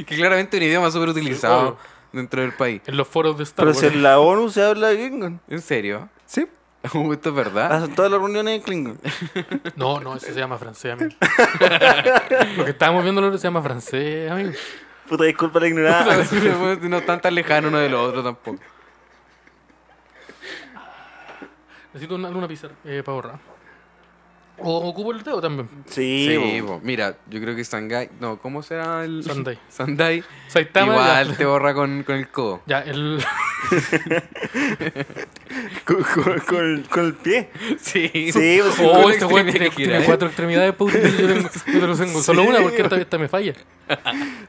Que claramente es un idioma súper utilizado
obvio.
dentro del país.
En los foros de Star
Pero
Wars.
si en la ONU se habla Klingon.
¿En serio?
Sí.
Esto es verdad.
Hacen todas las reuniones en Klingon.
No, no, eso se llama francés, amigo. Lo que estábamos viendo ahora se llama francés, amigo.
Puta, disculpa la ignorancia.
no están tan lejanos uno del otro tampoco.
Necesito una, una pizarra eh, para borrar. O ocupo el dedo también.
Sí.
Sí,
bo.
po. mira, yo creo que Sandai. No, ¿cómo será el.
Sandai.
Sandai.
Saitama.
Igual
ya,
te borra con, con el codo.
ya, el.
Con, con- con- con el pie.
Sí.
Sí, pues,
Oh,
Oh,
con
este weón tiene,
extremidades
tiene
girales.
cuatro extremidades puta, yo tengo, yo te lo tengo solo
Sí,
una porque
weón.
esta, esta me falla.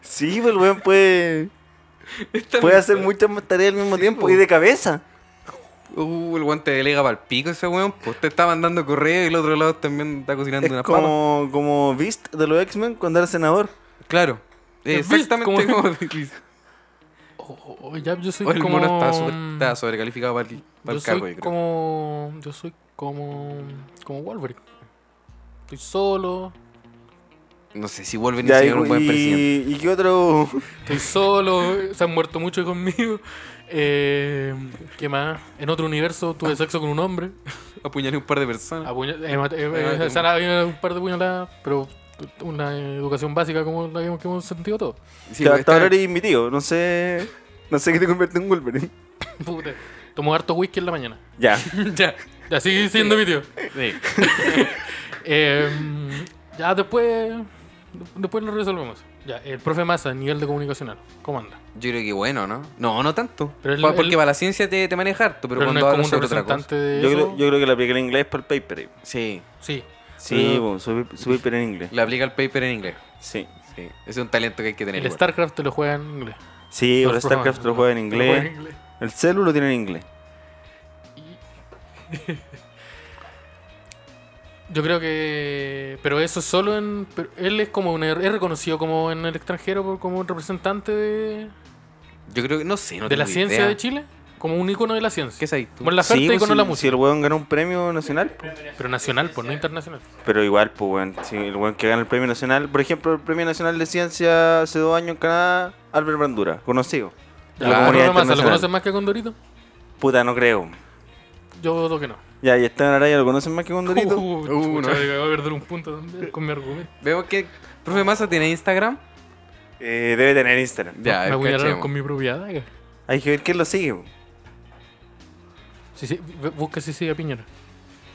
Sí, pues el weón puede.
Esta
Puede hacer muchas más tareas al mismo tiempo.
bo.
Y de cabeza.
Uh, el guante delega para el pico ese weón. Pues te está mandando correo y el otro lado también está cocinando
Es
una
como, como Beast de los X-Men cuando era senador.
papa. Claro.
Es Beast,
Exactamente
como-
como.
Oh, oh, ya, yo soy
Oh, el
como.
mono está, sobre, está sobrecalificado para el,
Yo
para el cargo,
soy
yo creo.
como. Yo soy como. Como Wolverine. Estoy solo.
No sé si vuelven
Ya,
a
y,
ser un buen presidente.
y, ¿y qué otro?
Estoy solo, se han muerto mucho conmigo. Eh, ¿Qué más? En otro universo tuve sexo con un hombre.
Apuñalé un par de personas.
Apuña- eh, mate- eh,
Ah,
eh,
qué
esa la- había un par de puñaladas, pero una educación básica como la que hemos sentido todos.
Sí,
que
pues,
hasta ahora
está-
eres mi tío. No sé. No sé qué te convierte en Wolverine.
Puta. Tomo harto whisky en la mañana.
Ya.
ya.
Ya sigue siendo mi tío.
Sí.
Eh, ya después. Después lo resolvemos. Ya, el profe Massa, nivel de comunicacional. ¿Cómo anda?
Yo creo que bueno, ¿no? No, no tanto.
Pero el-
Pa- porque
el-
para la ciencia te, te maneja harto, pero,
Pero, no
cuando
es como
hablas
un
sobre otra cosa.
representante de.
Yo
eso.
creo, yo creo que la apliqué en inglés para el paper. eh.
Sí,
Sí.
Sí,
Pero-
bo, su, su paper en inglés.
le aplica el paper en inglés.
Sí.
Sí, ese es un talento que hay que tener.
El
igual.
StarCraft te lo juega en inglés.
Sí,
Los
ahora StarCraft
programas,
lo juega en
lo juega
inglés. El celu lo tiene en inglés.
Yo creo que. Pero eso es solo en. pero él es como. un- er, es reconocido como en el extranjero por- como un representante de,
Yo creo que, no sé, no
de la
tengo
ciencia
idea.
de Chile. Como un icono de la
¿Qué
ciencia.
sabes tú?
Como en la oferta y
pues,
con
si,
la
si
música.
el weón gana un premio nacional, po.
Pero nacional, pues no internacional.
pero igual, pues, weón. Si el weón que gana el premio nacional, por ejemplo, el premio nacional de ciencia hace dos años en Canadá, Albert Bandura, conocido.
Ya,
La
lo
comunidad
conozco más, ¿Lo
internacional.
conoces más que a Condorito?
Puta, no creo.
Yo dudo que no.
Ya, y Esteban Araya lo conocen más que Condorito.
Uh,
Uh,
chucha,
no.
me acabo de perder un punto también con mi argumento.
Veo que profe Massa tiene Instagram.
Eh, debe tener Instagram.
Ya,
Ah, me apuñalaron
cachemos.
con mi propiedad. daga.
Hay que ver quién lo sigue. po.
Sí, sí, ve- busca si sigue a Piñera.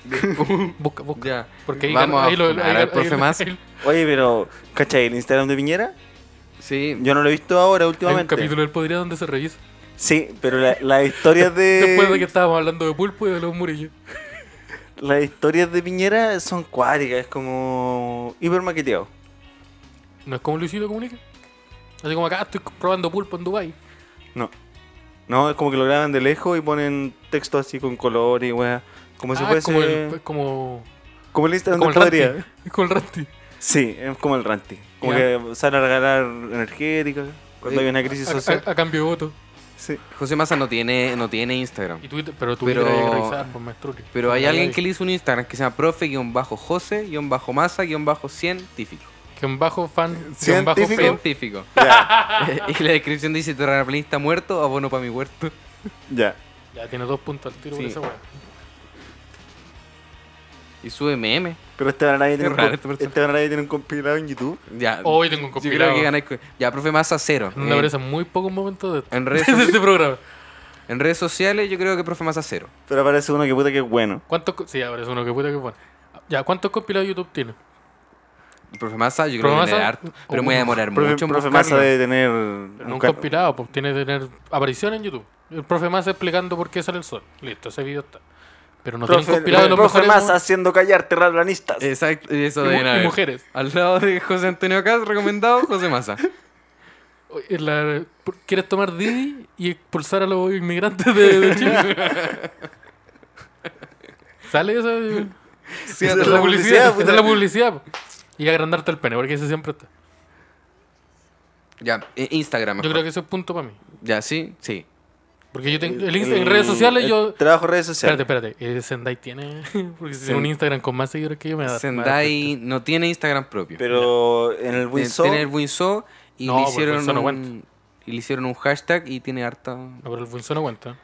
Busca, busca.
Ya.
Porque ahí,
Vamos
gana-
a
ahí lo-
funar
ahí-
al profe
ahí-
Massa.
ahí-
Oye, pero, ¿cachai? ¿El Instagram de Piñera?
Sí,
Yo no lo he visto ahora
Hay un
últimamente.
capítulo del Podría donde se revisa.
Sí, pero la- las historias de.
Después de
Eh.
que estábamos hablando de pulpo y de los murillos.
Las historias de Piñera son cuádricas, es como hiper maqueteado.
No es como Luisito comunica. Así como acá "Ah, estoy probando pulpo en Dubai.
No. No, es como que lo graban de lejos y ponen texto así con color y weá. Como si
Ah,
fuese.
es como el, es como,
como el Instagram
como
de
el ranty.
podría.
Es como el ranty.
Sí, es como el ranty. Como
Ya.
que sale a regalar energética cuando
Oye,
hay una crisis
A,
social.
a- a cambio de voto.
Sí.
José Massa no tiene, no tiene Instagram.
Y Twitter, pero Twitter
Pero-
hay que revisar, pues maestro.
Pero hay
Ahí,
alguien
ahí.
que le hizo un Instagram que se llama profe-jose-masa-científico.
Que un bajo fan, que un bajo
Científico.
fan.
Científico.
Ya,
y la descripción dice terraplanista muerto, abono para mi huerto.
ya.
Ya tiene dos puntos al tiro por
Sí.
esa weá.
Y sube meme.
Pero Esteban Araya tiene,
Es
un
raro
comp-
este personaje.
Esteban Araya tiene un compilado en YouTube.
Ya.
Hoy tengo un
Ah, yo creo
compilado.
que ganáis. cu- Ya, profe Massa cero.
Me
Eh,
aparecen muy pocos momentos de,
en, redes
de
so-
este programa.
en redes sociales yo creo que profe Massa cero.
Pero aparece uno que puta que es bueno.
¿Cuántos, co- sí, aparece uno que puta que bueno. Ya, ¿cuántos compilados de YouTube tiene?
El profe Massa yo creo
Profe
que tiene
Massa, uh,
harto. Pero me voy a demorar
Profe,
mucho en
profe
buscarlo.
Massa debe tener.
Pero no
un
un
ca-
compilado, pues tiene que tener aparición en YouTube. El profe Massa explicando por qué sale el sol. Listo, ese video está. Pero no tiene un
Profe,
compilado de los
profe
mejores Eh,
Massa
momentos
haciendo callar terrablanistas.
Exacto, eso
y mu-
de
y mujeres.
Al lado de José Antonio Cas, recomendado José Massa.
Oye, la- por- ¿Quieres tomar Didi y expulsar a los inmigrantes de, de Chile? ¿Sale eso?
Sí,
Esa
esa
es la publicidad. esa es la publicidad. po. Y agrandarte el pene, porque ese siempre está.
Ya, eh, Instagram.
Yo
mejor.
creo que eso es punto para mí.
Ya, sí, sí.
Porque yo tengo el Insta- en redes sociales yo...
Trabajo en redes
Espérate,
sociales.
espérate. eh, Sendai tiene... Porque si
Sen-
tiene un Instagram con más seguidores que yo me da...
Sendai no tiene Instagram propio.
Pero en el
Te-
Winsor.
Tiene el Winsor y
No,
le
pues,
hicieron
Winsor no
un, y le hicieron un hashtag y tiene harta.
No, pero el Winsor no cuenta.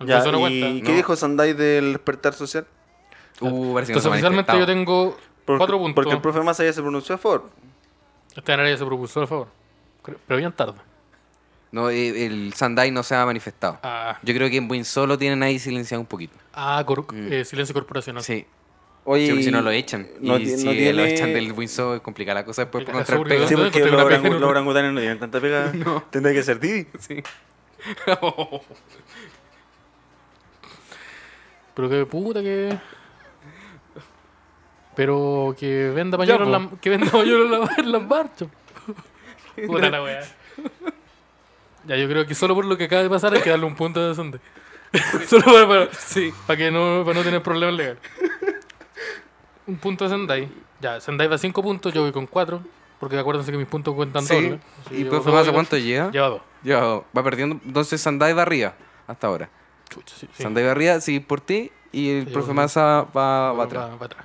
El
Ya,
Winsor no
¿Y
cuenta.
qué
No.
dijo Sandai del despertar social?
Uh, parece que
Entonces oficialmente yo tengo
Por-
cuatro puntos.
Porque el profe Massa ya se pronunció a favor.
Esta área se propuso, por favor. Creo- Pero bien tarde.
No, eh, el Sandai no se ha manifestado.
Ah,
Yo creo que en Winsor lo tienen ahí silenciado un poquito.
ah, cor-
Mm.
eh, silencio corporacional.
Sí.
Oye,
Sí, porque si no lo echan.
no
y
ti-
si
no
lo
tiene-
echan del Winsor es complicada la cosa después por
Complicada,
encontrar
sobre
pega.
Sí,
¿Dónde
porque
encontré
los,
una
orangu-
pega?
los orangutanes no tienen tanta pega. Tendría que ser Didi.
Sí.
Pero que puta que. Pero que venda pañuelo en la, que venda pañuelo en la, en las marchas. Puta la weá. Ya, yo creo que solo por lo que acaba de pasar hay que darle un punto de Sunday. solo para, para- para que no, para no tener problemas legales. Un punto de Sendai. Ya, Sendai va 5 puntos, yo voy con 4. Porque acuérdense que mis puntos cuentan
Sí.
doble.
¿Y
yo
profe
voy
Massa
con-
cuánto llega?
Lleva 2.
Ya, va perdiendo. Entonces Sandai va arriba hasta ahora.
Chucha, sí. sí.
Sandai va arriba, sigue por ti y el
Sí,
profe
porque-
Massa va, va
Bueno,
atrás.
va- va atrás.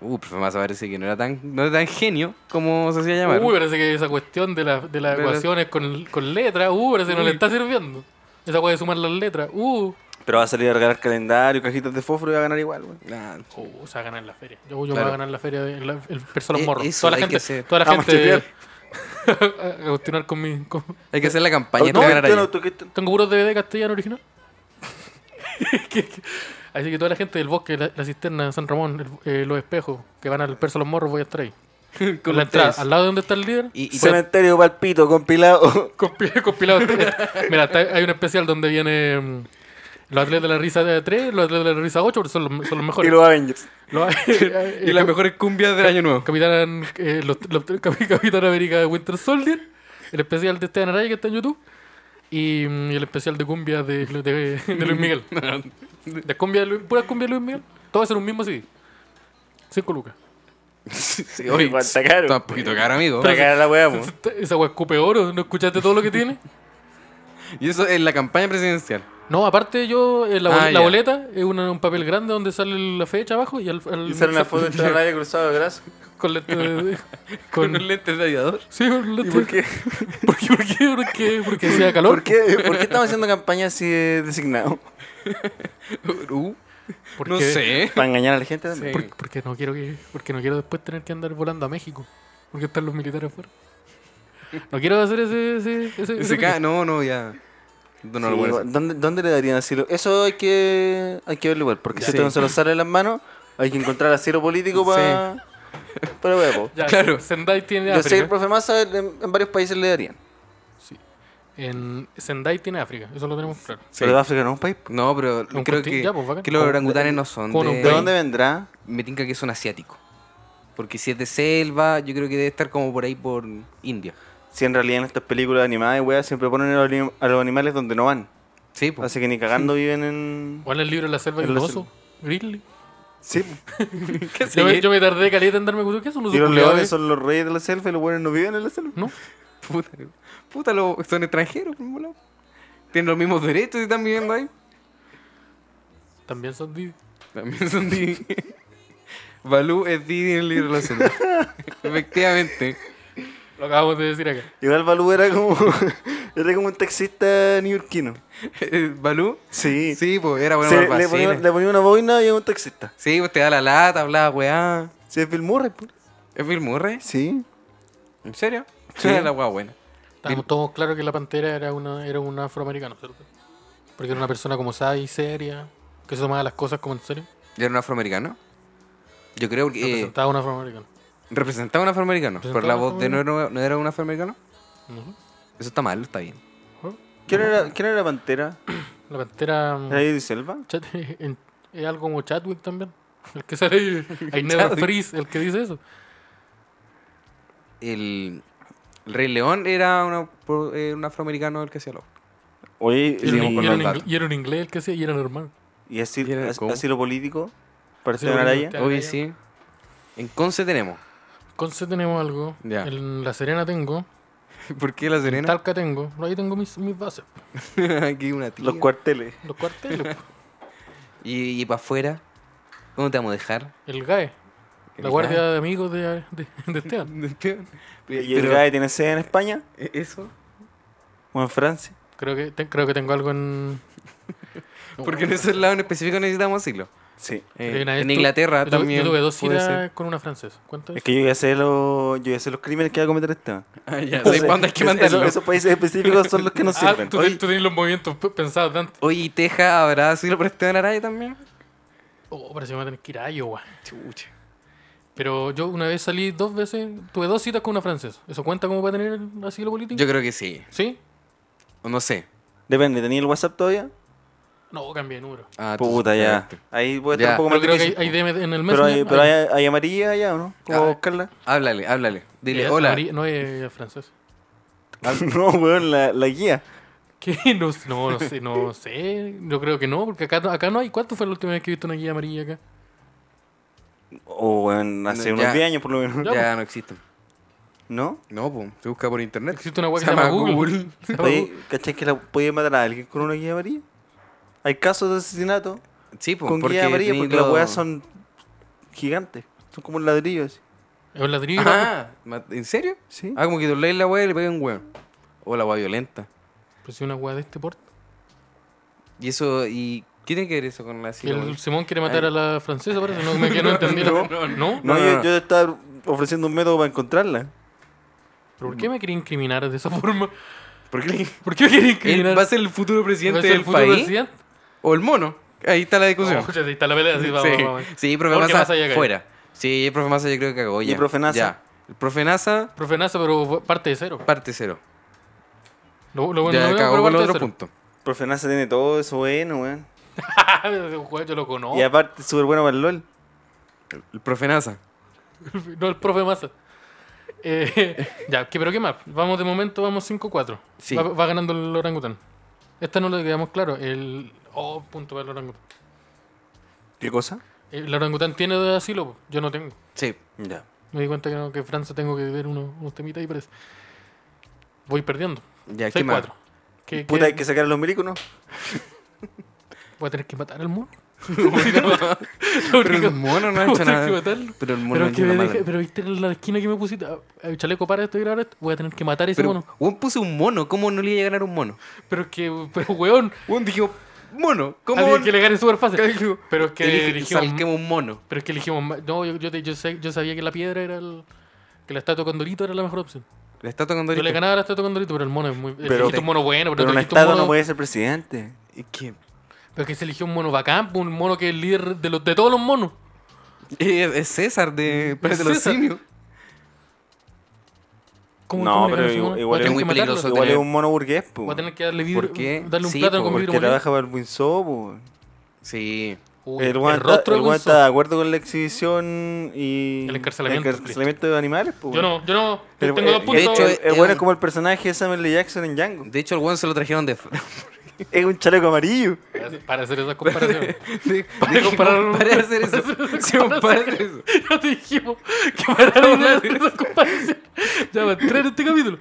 Uh, profe Massa parece que no era tan, no era tan genio como se hacía llamar.
Uy, parece que esa cuestión de, la- de las
De las-
ecuaciones con, con letras, uh, parece que no
Uy.
le está sirviendo. Esa weá de sumar las letras, uh.
Pero va a salir a regalar calendario, cajitas de fósforo y va a ganar igual, weón.
Ah,
Uh, se va a ganar la feria. Yo, yo me
Claro.
voy a ganar la feria de la, el personas
Eh,
morro.
eso
toda la
hay que
gente.
hacer.
Toda la
Ah,
gente. a
machetear.
continuar con mi. con-
hay que hacer la campaña para ganar
yo
ahí.
no toqué t-
Tengo puros DVD castellano original. Que- que- Así que toda la gente del bosque, la, la cisterna de San Ramón, el- eh, los espejos, que van al Perso los Morros, voy a estar ahí. Con la entrada,
ustedes.
al lado de donde está el líder,
Y, y
Cementerio palpito compilado.
compi- compilado. Mira, está- hay un especial donde viene mm, los atletas de la risa 3, los atletas de la risa 8, porque son los, son los
y
mejores.
los Avengers.
Los-
y las mejores cumbias del año nuevo.
Capitán, eh, los, los- Cap- Capitán América de Winter Soldier, el especial de Esteban Araya que está en YouTube, y, mm, y el especial de cumbia de, de- de Luis Miguel. De cumbia de Luis, pura cumbia de Luis Miguel. Todo eso en un mismo CD. Cinco lucas.
Sí, oye,
Igual está caro.
Está un poquito caro, amigo.
Para ganar la weá, weón.
Esa weá escupe oro, ¿no escuchaste todo lo que tiene?
Y eso es la campaña presidencial.
No, aparte yo, eh, la, bol-
Ah,
la
ya.
boleta es una- un papel grande donde sale la fecha abajo y al, al-
Y sale una foto de radio cruzado de brazos.
con lente de-
Con
con,
los lentes de aviador.
sí, con lente-
¿Y por qué?
¿Por qué? ¿Por qué? ¿Por qué? Porque hacía calor.
¿Por qué, por qué estamos haciendo campaña así de designado?
Uh,
Porque-
no sé.
Para engañar a la gente también.
Por- porque no quiero que porque no quiero después tener que andar volando a México porque están los militares afuera no quiero hacer ese ese ese, ese
Ese
pique.
ca- no, no, ya. No, no
Sí,
lo voy a hacer.
igual, ¿dónde, dónde le darían asilo? Eso hay que, hay que verlo igual, porque
Ya.
si
Sí.
esto no se lo sale de las manos, hay que encontrar asilo político para... Para huevo.
Ya,
Claro.
Sendai tiene
Yo sé que el
África
profe Massa en, en varios países le darían.
en Sendai tiene África eso lo tenemos claro
Sí.
Pero África no es un país. po.
No, pero
Con
creo
corti-
que,
ya, pues, bacán.
que los
Con-
orangutanes no son
con un
de...
¿De dónde vendrá?
Me tinca que son asiáticos. Porque si es de selva, yo creo que debe estar como por ahí por India.
Si en realidad en estas películas animadas y weas siempre ponen a los, anim- a los animales donde no van.
Sí, pues.
Así que ni cagando viven en...
¿cuál es el libro de la selva y
En
el
la
oso? Grizzly
Sí.
¿Qué sé
yo, me,
yo?
yo me tardé caleta en darme cuenta ¿qué son los
Y los
culiados,
leones
eh?
son los reyes de la selva y los buenos no viven en la selva.
¿no?
Puta, puta, lo- son extranjeros, por un volado. Tienen los mismos derechos y están viviendo ahí.
también son di-
También son Didi. Balú es Didi en el libro de la selva. Efectivamente.
lo acabamos de decir acá
Igual Balú era como, era como un taxista neoyorquino.
Eh, ¿Balú?
Sí.
Sí, pues era bueno
Se-
para
le, ponía, le ponía una boina y era un taxista.
Sí, pues te da la lata, hablaba weá.
Sí, es Bill Murray, pues. po.
¿Es Bill Murray?
Sí.
¿En serio?
Sí.
Era la weá buena.
estábamos todos claros que la pantera era una era un afroamericano ¿cierto? porque era una persona como sabia y seria que se tomaba las cosas como en serio
¿Y era un afroamericano? Yo creo que eh,
representaba a un afroamericano
representaba un afroamericano. Pero la
Representaba un
voz de no, era- no era un afroamericano.
Ujú.
Eso está mal, está bien.
Ujú.
¿Quién era, quién era Pantera?
La pantera mm,
¿Era Eddie Selva?
Chat- en- es algo como Chadwick también. El que sale ahí, I never
Chadwick.
freeze, el que dice eso.
El, el Rey León era una- pro- eh, un afroamericano el que hacía lo.
Oye,
Y era,
Seguimos
un-
con
y era
los
un
datos.
ingle- y era un inglés el que hacía, y era normal.
¿y así,
¿Y era
as-
cómo?
así lo político?
Sí,
¿Parece
lo
una
político,
araya?
claro.
Oye, sí. En Conce tenemos.
Entonces tenemos algo.
Ya.
En La Serena tengo.
¿Por qué la
En
Serena?
Talca tengo. Ahí tengo mis, mis bases.
Aquí una tía.
Los cuarteles.
Los cuarteles. po.
Y, para afuera. ¿Cómo te vamos a dejar?
El GAE. La
El E.
guardia
GAE.
de amigos de, de, de Esteban.
¿Y el guy tiene sede en España?
eh, Eso.
¿O en Francia?
Creo que, te- creo que tengo algo en.
Porque en ese lado en específico necesitamos asilo.
Sí.
Eh,
Creo que una vez
en
tu-
Inglaterra
yo tuve-
también.
Yo tuve dos
puede ser.
citas con una francesa. ¿Cuánto
Es
es?
que yo ya sé, los yo ya sé los crímenes que va a cometer este Esteban.
Ah, ya,
Entonces,
de cuándo hay que
es-
mandarlo.
esos- esos países específicos son los que nos
Ah,
sirven.
tú,
Oye,
tú tenías los movimientos pe- pensados de antes.
Oye, ¿y Teja habrá asilo para Esteban Araya también?
Oh, parece que me voy a tener que ir a Iowa.
Chucha.
Pero yo una vez salí dos veces, tuve dos citas con una francesa. ¿Eso cuenta como para tener asilo político?
Yo creo que sí.
¿Sí?
O no sé.
Depende, ¿tenía el WhatsApp todavía?
No, cambié de número.
Ah, tú-
Puta, ya.
espérate.
Ahí puede estar
Ya.
un
Pero
poco más
creo que hay,
difícil.
hay DM en el mes.
Pero, hay, pero hay, hay amarilla allá, ¿o no? ¿Cómo
Ah.
buscarla?
Háblale, háblale. Dile, hola.
Eh, no es francés.
no, weón, la, la guía.
¿Qué? No, sé- no, no sé, no sé. Yo creo que no, porque acá, no- acá no hay. ¿Cuánto fue la última vez que viste una guía amarilla acá?
O weón, hace
Ya.
unos 10 años por lo menos.
pues.
Ya no existen.
¿no?
No, pues, se busca por internet.
Existe una web que se llama Google. Se llama
Oye,
Google.
¿Cachai que la podía matar a alguien con una guía amarilla? Hay casos de asesinato
Sí, pues,
con
porque
guía amarilla
tenéis
porque
los-
las weas son gigantes. Son como ladrillos.
Es un ladrillo.
Ah, ma- ¿en serio?
Sí.
Ah, como que dobláis la weá y le pegáis un weón. O la weá violenta.
Pues si una weá de este porte.
Y eso, ¿y qué tiene que ver eso con
Y
la
el
silogia?
Simón quiere matar a la francesa, parece. No, me, que no entendí. la-
No,
no,
no,
No,
No,
yo,
no,
yo
no.
te estaba ofreciendo un método para encontrarla.
¿Pero por qué me quería incriminar de esa forma?
¿Por qué?
¿Por qué me quería
¿Él
incriminar?
¿Va a ser el futuro
¿Va
presidente
a ser el
del
futuro
país?
presidente?
¿O el mono? Ahí está la discusión.
Oh, ahí está la pelea. Así, vamos,
sí.
vamos, vamos.
sí, profe
No, porque
Massa,
Massa ya cayó.
fuera. Sí, el profe Massa yo creo que cagó
¿Y
ya.
el profe Nasa?
Ya. El profe Nasa,
Profe Nasa, pero parte de cero.
parte cero.
Lo, lo bueno
ya
no,
cagó
pero
con los
parte
otros
de
puntos.
Profe Nasa tiene todo eso bueno, weón.
cero. Ese juego Ah, Yo lo conozco.
Y aparte, súper bueno para el LOL.
El profe Nasa.
No, el profe Massa. Eh, ya, ¿qué- pero ¿qué más? Vamos de momento, vamos 5-4.
Sí.
Va, va ganando el orangután. Esta no lo quedamos claro. El. Oh, punto para el orangután.
¿Qué cosa?
El orangután tiene de asilo, po. yo no tengo.
Sí.
Ya.
Me di cuenta que, no, que Francia tengo que ver unos, unos temitas y parece. Voy perdiendo.
Ya, ¿qué más?
6-4. ¿Qué-
Puta,
qué-
hay que sacar los milicos, ¿no?
Voy a tener que matar al mono.
Pero el mono no ha hecho
Tengo que
nada.
matarlo.
Pero el mono
Pero,
no ha
es que
hecho
me
nada.
dije- pero viste la esquina que me pusiste. ah, ah, Chaleco, para esto y grabar esto. Voy a tener que matar a ese
Pero,
mono.
Juan puso un mono. ¿Cómo no le iba a ganar un mono?
Pero es que, pero weón.
Juan dijo, mono. ¿Cómo
Alguien que le gane súper fácil.
Claro.
Pero es que
Elige-
elegimos-
salquemos un mono.
Pero es que elegimos. ma- No, yo, yo, te- yo sé- yo sabía que la piedra era el. Que la estatua con Dorito era la mejor opción.
La estatua con
Yo le
Dorito.
ganaba a la estatua con Dorito, pero el mono es muy.
Pero-
elegiste un mono bueno, pero,
Pero una
elegiste un
estatua
mono.
no puede ser presidente.
¿Y qué?
Pero es que se eligió un mono bacán, pues, un mono que es líder de, los, de todos los monos.
Eh, Es César de, de los
César.
simios.
le
No, pero
gano a ese
igu-
mono?
igual
Voy a
es
tener
muy
que matarlo.
peligroso.
Igual
tener-
es un mono burgués, po.
Voy a tener que darle
¿Por qué?
vidrio. Darle un
Sí,
plátano
po,
con vidrio
Porque
molido.
trabaja para el Winsor, po.
Sí.
Uy,
El guan está,
rostro
el
de
guan
Winsor.
está de acuerdo con la exhibición y.
El encarcelamiento,
encarcelamiento de animales, po.
Yo no, yo no.
El-
tengo dos
el-
puntos.
eh, De hecho, el, el
Es
weón es
un-
como el personaje de Samuel L. Jackson en Django.
De hecho, al Juan se lo trajeron de. de-
Es un chaleco amarillo.
para hacer esas comparaciones.
de-
comparar-
para hacer eso.
para hacer
Sí,
comparación.
para hacer eso.
Ya te dijimos que pararon de hacer esas comparaciones. Ya va a entrar en este capítulo.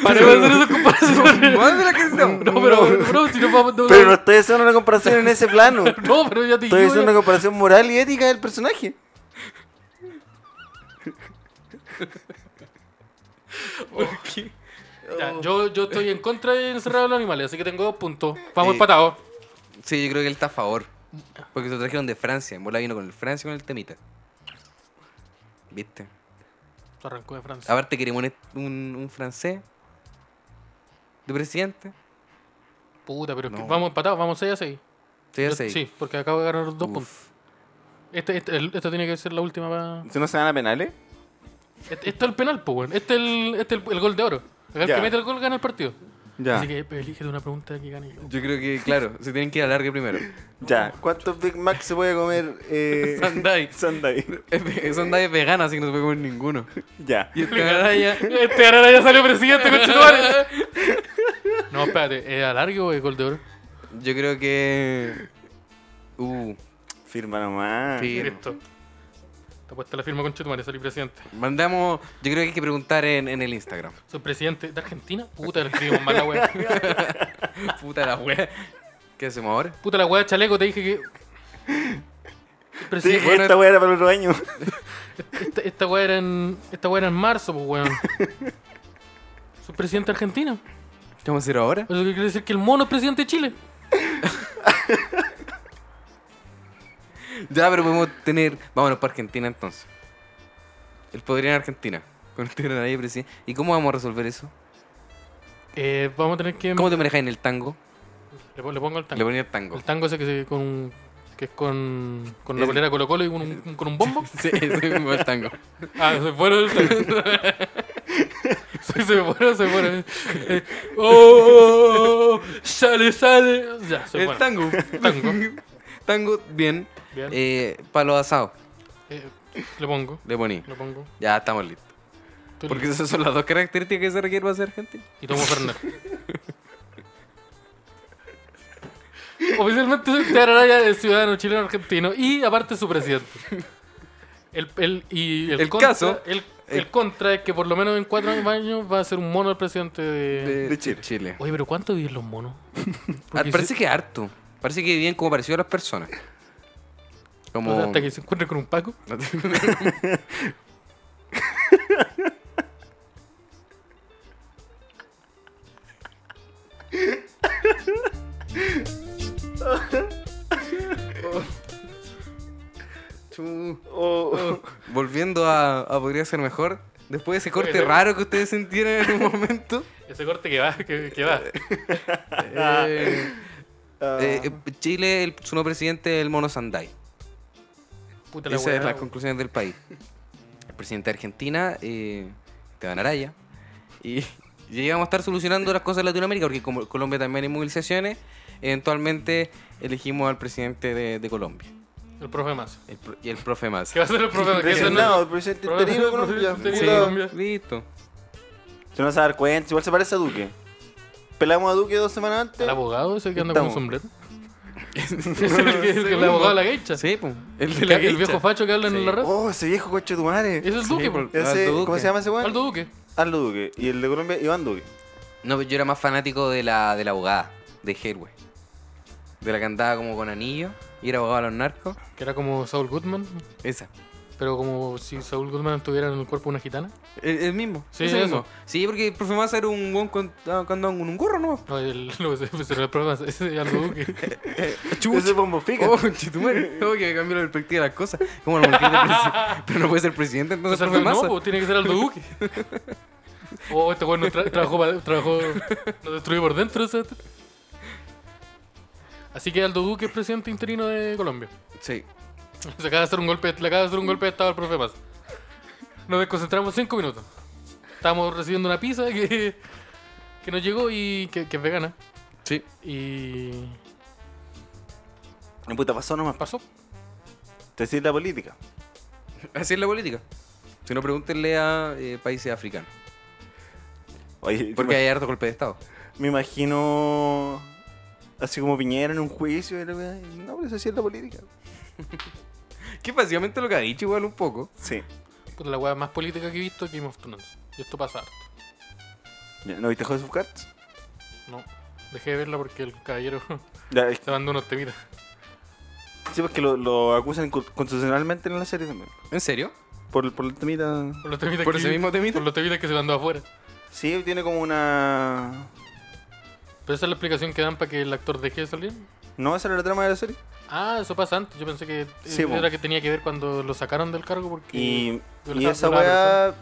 Para de hacer esas comparaciones.
Más de la que estamos.
No, pero no, si no vamos. No,
Pero no estoy haciendo una comparación en ese plano.
no, pero ya te
Estoy
dijimos.
haciendo una
ya.
comparación moral y ética del personaje.
Ya, yo, yo estoy en contra de encerrar a los animales, así que tengo dos puntos. Vamos
Eh,
empatados.
Sí, yo creo que él está a favor. Porque se lo trajeron de Francia. En bola vino con el Francia con el temita. ¿Viste?
Se arrancó de Francia.
Aparte queremos un, un, un francés de presidente.
Puta, pero es que
No.
vamos empatados, vamos 6 a 6.
Sí,
Yo-
sí.
Sí, porque acabo de ganar dos
Uf.
puntos. Este, este, el- esta tiene que ser la última para.
Si no se van a penales.
Este, este es el penal, pues, weón. Este es el, este es el, el gol de oro. El
Ya.
que mete el gol gana el partido.
Ya.
Así que pues, elige de una pregunta que gane yo.
Yo creo que, claro, se tienen que ir al alargue primero.
Ya. ¿Cuántos Big Mac se puede comer? Eh...
Sundae.
Sundae.
Es ve- Esa onda es vegana, así que no se puede comer ninguno.
Ya.
Y esta garaya.
Este ahora ya salió presidente, conchetumare. No, espérate, ¿es alargue o es gol de oro?
Yo creo que. Uh,
Firma nomás.
Sí. Firmo.
Listo. Te puesta la firma conchetumare, salí presidente.
mandamos. Yo creo que hay que preguntar en, en el Instagram.
¿Soy presidente de Argentina? Puta, le escribimos mal la wea.
Puta la wea. ¿Qué hacemos ahora?
Puta la wea, chaleco, te dije que.
Te
Presidente,
dije que esta weá era para el otro año.
Eh,
Esta, esta weá era en. Esta weá era en marzo, pues weón. Soy presidente de Argentina.
¿Qué vamos a hacer ahora?
Eso que quiere decir que el mono es presidente de Chile.
Ya, pero podemos tener. Vámonos para Argentina entonces. El poder en Argentina. Con este gran ahí presidente. ¿Y cómo vamos a resolver eso?
Eh, vamos a tener que.
¿Cómo te manejas en el tango?
Le, pon- le pongo el
Le
tango.
ponía el tango.
El tango ese que, se, con, un- que es con, con la
El-
bolera Colo Colo y con un, con un bombo.
Sí, ese mismo el tango.
Ah, se fueron. Se, se fueron, se fueron. Eh, oh, oh, oh, sale, sale. Ya, se
El
fueron.
tango.
Tango.
Tango, bien.
Bien.
Eh, palo asado,
Eh, le pongo,
le poní.
le pongo.
Ya estamos listos.
Estoy
Porque
listo.
esas son las dos características que se requieren para ser argentino.
Y tomo Fernet. Oficialmente soy Esteban Araya es ciudadano chileno argentino y aparte su presidente. El, el- y el,
El
contra,
caso-
el,
el-
el contra es que por lo menos en cuatro años va a ser un mono el presidente de...
De Chile.
Chile.
Oye, pero ¿cuánto viven los monos?
Ah,
Porque si-
parece que harto. Parece que viven como parecido a las personas. Como...
Hasta que se encuentre con un Paco.
Chu.
Oh,
Volviendo a, a Podría Ser Mejor, después de ese corte
Bueno.
raro que ustedes sintieron en un momento,
Ese corte que va, que, que va.
eh,
ah.
eh, Chile, el- su nuevo presidente es el mono Sandai.
Puta la
Esas
weá.
son las conclusiones del país. El presidente de Argentina, eh, Esteban Araya. Y, y ahí vamos a estar solucionando las cosas en Latinoamérica, porque como en Colombia también hay movilizaciones, eventualmente elegimos al presidente de, de Colombia.
El profe más.
el pro- y el profe más.
¿Qué va a ser el profe más?
Designado, presidente
Problema-
interino de Colombia.
presidente
Puta.
interino. Colombia.
listo.
Se nos va a dar cuenta, igual se parece a Duque. Pelamos a Duque dos semanas antes.
¿El abogado ese que anda con un
Estamos.
sombrero? Ese es el, que- el que- el abogado de la geisha.
Sí, pues.
El, de la- el viejo facho que habla en
Sí.
la red.
Oh, ese viejo coche de tu
Ese
madre.
es el Duque, po.
po.
Ese,
Aldo
¿Cómo
Duque.
se llama ese weón?
Aldo Duque.
Aldo Duque. Y el de Colombia, Iván Duque.
No, pero yo era más fanático de la, de la abogada, de Helwe. De la que andaba como con anillo y era abogada de los narcos.
Que era como Saul Goodman.
Esa.
Pero como si Saul Goodman estuviera en el cuerpo de una gitana.
El, el mismo.
Sí,
ese mismo.
eso.
Sí, porque el profe Massa era un buen con, ah, con un, un gorro, ¿no?
No, el, no, ese ese era el profe más. Ese es Aldo Duque.
Ese es Bombo Fica.
Oh, chitumare. Tengo que cambiar la perspectiva de las cosas. Como el monarquía del presi- Pero no puede ser presidente,
O
entonces
sea,
el profe
no,
Massa.
po, tiene que ser Aldo Duque. Oh, este weón nos tra- trabajó, pa- trabajó, nos destruyó por dentro. ese- Así que Aldo Duque es presidente interino de Colombia.
Sí.
Se acaba de hacer un golpe, le acaba de hacer un golpe de estado al profe Paz. Nos desconcentramos cinco minutos. Estábamos recibiendo una pizza que, que nos llegó y que, que es vegana.
Sí.
Y
No, puta, pasó nomás. pa-
pasó.
Te decís la política.
Así es la política. Si no, pregúntenle a eh, países africanos.
Oye,
Porque hay harto golpe de Estado.
me imagino así como Piñera en un juicio. y la weá, y No, pero eso sí es la política.
Que básicamente lo que ha dicho igual un poco.
Sí.
Puta, Pues la hueá más política que he visto es Game of Thrones. Y esto pasa harto.
Ya, ¿No viste House of Cards?
No, dejé de verla porque el caballero
Ya, es-
se mandó unos temitas.
sí, porque lo, lo acusan incon- constitucionalmente en la serie también.
¿En serio?
Por, por el temita.
Por los temitas
¿Por
que-
ese mismo temita?
Por los temitas que se mandó afuera.
Sí, tiene como una.
Pero esa es la explicación que dan para que el actor deje de salir.
¿No esa era la trama de la serie?
Ah, eso pasa antes. Yo pensé que eh,
Sí, po.
era que tenía que ver cuando lo sacaron del cargo porque...
Y,
violenta-
y esa
violaba
weá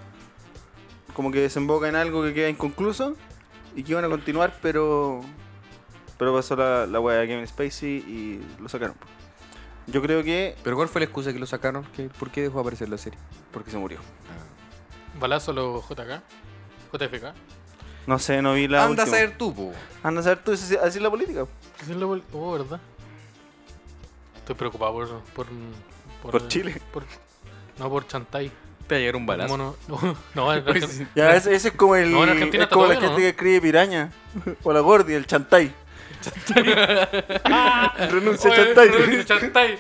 como que desemboca en algo que queda inconcluso y que iban a continuar, pero pero pasó la, la weá de Kevin Spacey y lo sacaron. Yo creo que
¿Pero cuál fue la excusa que lo sacaron? ¿Qué- ¿Por qué dejó de aparecer la serie?
porque se murió.
Balazo a los JK. JFK.
No sé, no vi la
Anda a
última.
saber tú, po.
Anda a saber tú, así así es la política.
¿Qué es la bol- Oh, ¿verdad? Estoy preocupado por... Por,
Por Chile.
por- no, por Chantay.
Te va a llegar un balazo.
Mono- no, no, en
Pues,
Argen-
Ya, ese, ese es como el
No, en Argentina
es
está
como
todo
la
bien,
gente
¿no?
que escribe piraña o la gordi, el chantay. Renuncia a
Oye,
chantay.
renuncia a Chantay.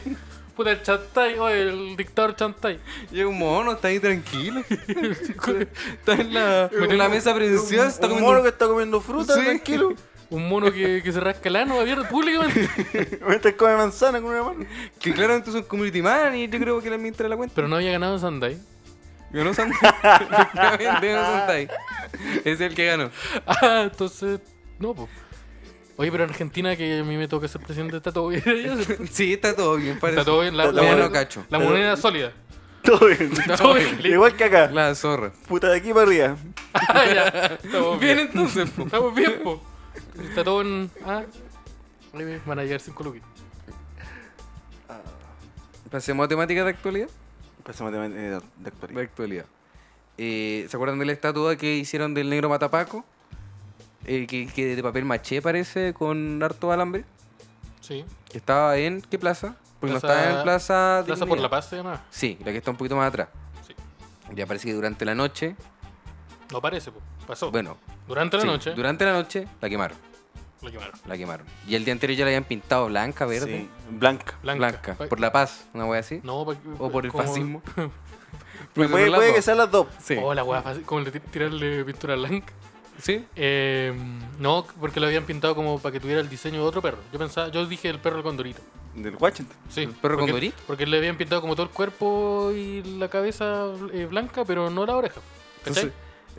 Puta, el Chantay. Oye, el dictador Chantay.
Llega un mono, está ahí tranquilo. está en la,
Un-
en la mesa presidencial, está
un
comiendo.
mono que está comiendo fruta,
Sí.
tranquilo.
Un mono que, que se rasca el ano abierto públicamente.
Mientras Este come manzana con una mano.
Que claramente es un community man y yo creo que le administra la cuenta.
Pero no había ganado Sandai.
Ganó Sandai. Efectivamente, ganó Sandai. Es el que ganó.
Ah, entonces... No, pues. Oye, pero en Argentina que a mí me toca ser presidente está todo bien. Está
Sí, está todo bien, parece.
todo bien. La,
Está
la
todo
moneda-
bien, cacho.
la moneda sólida.
Todo bien.
Todo bien.
Igual que acá.
La zorra.
Puta, de aquí para arriba.
Ah, ya. Estamos
Bien,
bien.
entonces, po.
Estamos bien, po. Está todo en. Ah, ahí me van a llegar 5 lucas.
Pasemos a temáticas de actualidad.
Pasemos de, de, eh, de
De
actualidad.
actualidad. Eh, ¿Se acuerdan de la estatua que hicieron del negro Matapaco? Eh, que, que de papel maché parece, con harto alambre.
Sí.
Que Estaba en, ¿qué plaza? Porque no
Plaza-
estaba en Plaza...
Plaza
Dignidad.
por la Paz se llama.
Sí, la que está un poquito más atrás.
Sí.
Ya parece que durante la noche,
No parece, po. Pasó.
bueno,
durante Oh, la
sí,
noche
durante la noche la quemaron,
la quemaron.
la quemaron. Y el día anterior ya la habían pintado blanca, verde,
Sí, blanca.
blanca,
Blanca. Pa-
por la paz, una wea así.
No, pa-
O por el
como-
fascismo.
Puede, puede que sean las dos.
Sí. Oh.
Oh, la wea fácil. Como le ti- tirarle pintura blanca.
¿Sí?
Eh, no, porque lo habían pintado como para que tuviera el diseño de otro perro. Yo pensaba, yo dije el perro del condorito.
Del Washington.
Sí.
¿El perro
porque-
condorito?
Porque le habían pintado como todo el cuerpo y la cabeza eh, blanca, pero no la oreja. ¿Cachai?
Entonces,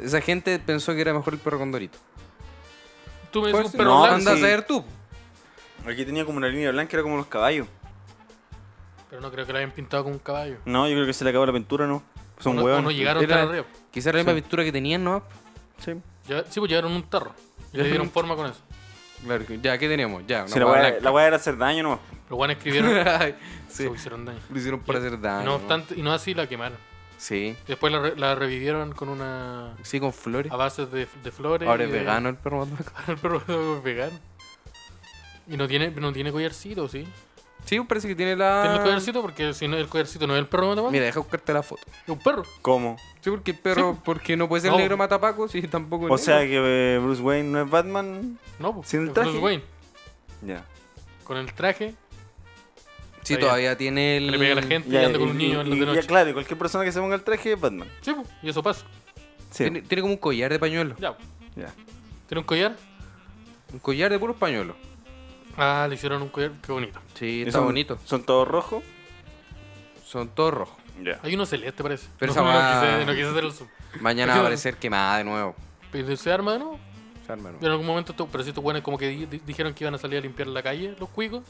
Esa gente pensó que era mejor el perro condorito.
Tú me dices
Pues,
un perro
no,
blanco,
anda a
sí.
saber tú.
Aquí tenía como una línea blanca, era como los caballos.
pero no creo que lo hayan pintado con un caballo.
No, yo creo que se le acabó la pintura, ¿no? Pues Son
O no- o
huevos.
no llegaron
Era-
tan arriba.
Quizás era la misma pintura que tenían, ¿no?
Sí.
Ya- sí, pues llevaron un tarro. Y le dieron forma con eso.
Claro, que- ya, ¿qué teníamos? Ya,
Si la
hueá
weá
blanca.
la weá era hacer daño, ¿no?
Los guanes escribieron,
sí,
se hicieron daño.
lo hicieron para
Y-
hacer
y
daño.
no obstante, y no así la quemaron.
Sí,
Después la, re- la revivieron con una.
sí, con flores.
a base de, de flores.
Ahora
y
es
de-
vegano el perro Matmaco.
el perro es vegano. Y no tiene, no tiene collarcito, ¿sí?
Sí, parece que tiene la.
Tiene el collarcito porque si no el collarcito no es el perro matapacos,
Ah. Mira, deja buscarte la foto.
es un perro.
¿Cómo?
Sí, porque el perro, porque no puede ser
No.
negro matapaco, sí, tampoco.
O
es
sea
negro.
que eh, Bruce Wayne no es Batman.
No, pues.
Sin el
es
traje.
Bruce Wayne.
Ya.
Con el traje,
sí,
está
todavía tiene el.
que le pega a la gente
Ya,
y anda con
y-
un niño en la
y-
de
y-
noche.
Ya, claro, y cualquier persona que se ponga el traje es Batman.
Sí, pues, y eso pasa.
Sí.
Tiene, tiene como un collar de pañuelo.
Ya, pues.
Ya.
Tiene un collar.
Un collar de puros pañuelos.
Ah, le hicieron un collar, qué bonito.
Sí,
¿Y
está
son-
bonito.
¿Son todos rojos?
Son todos rojos.
Ya.
Hay uno celeste, E parece.
Pero
no,
esa
no,
va-
quise, no quise hacer el zoom.
Mañana va a aparecer quemada de nuevo.
Pero se arma de nuevo.
Se arma
Y
de
En
nuevo.
algún momento, esto- pero si estos buenos como que di- di- dijeron que iban a salir a limpiar la calle, los cuicos.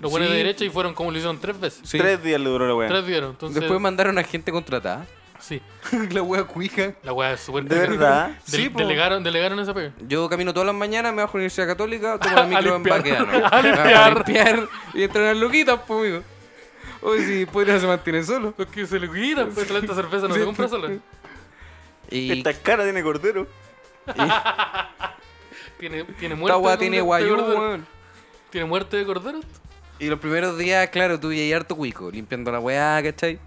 Los buenos
Sí.
de derecha y fueron como lo hicieron tres veces.
Sí.
Tres días le duró la weá.
Tres vieron. Entonces,
Después mandaron a gente contratada.
sí,
la wea cuija.
la weá es súper...
¿De verdad?
Del-
Sí, po.
delegaron, delegaron esa pega.
Yo camino todas las mañanas, me bajo a la Universidad Católica, tomo la
A
micro en
limpiar.
Baquedano.
A
Me bajo
limpiar.
limpiar y entrenar loquitas, pues, amigo. Hoy sí, podría se mantiene solo.
Los que se le quitan, pues la esta cerveza no
Sí.
se compra sola.
Y
Esta cara tiene cordero.
Tiene, tiene muerte.
esta weá
con-
tiene
de
guayú,
cordero.
weón.
Tiene muerte de cordero. esto.
Y los primeros días, claro, tuve ahí harto cuico, limpiando la weá, ¿cachai?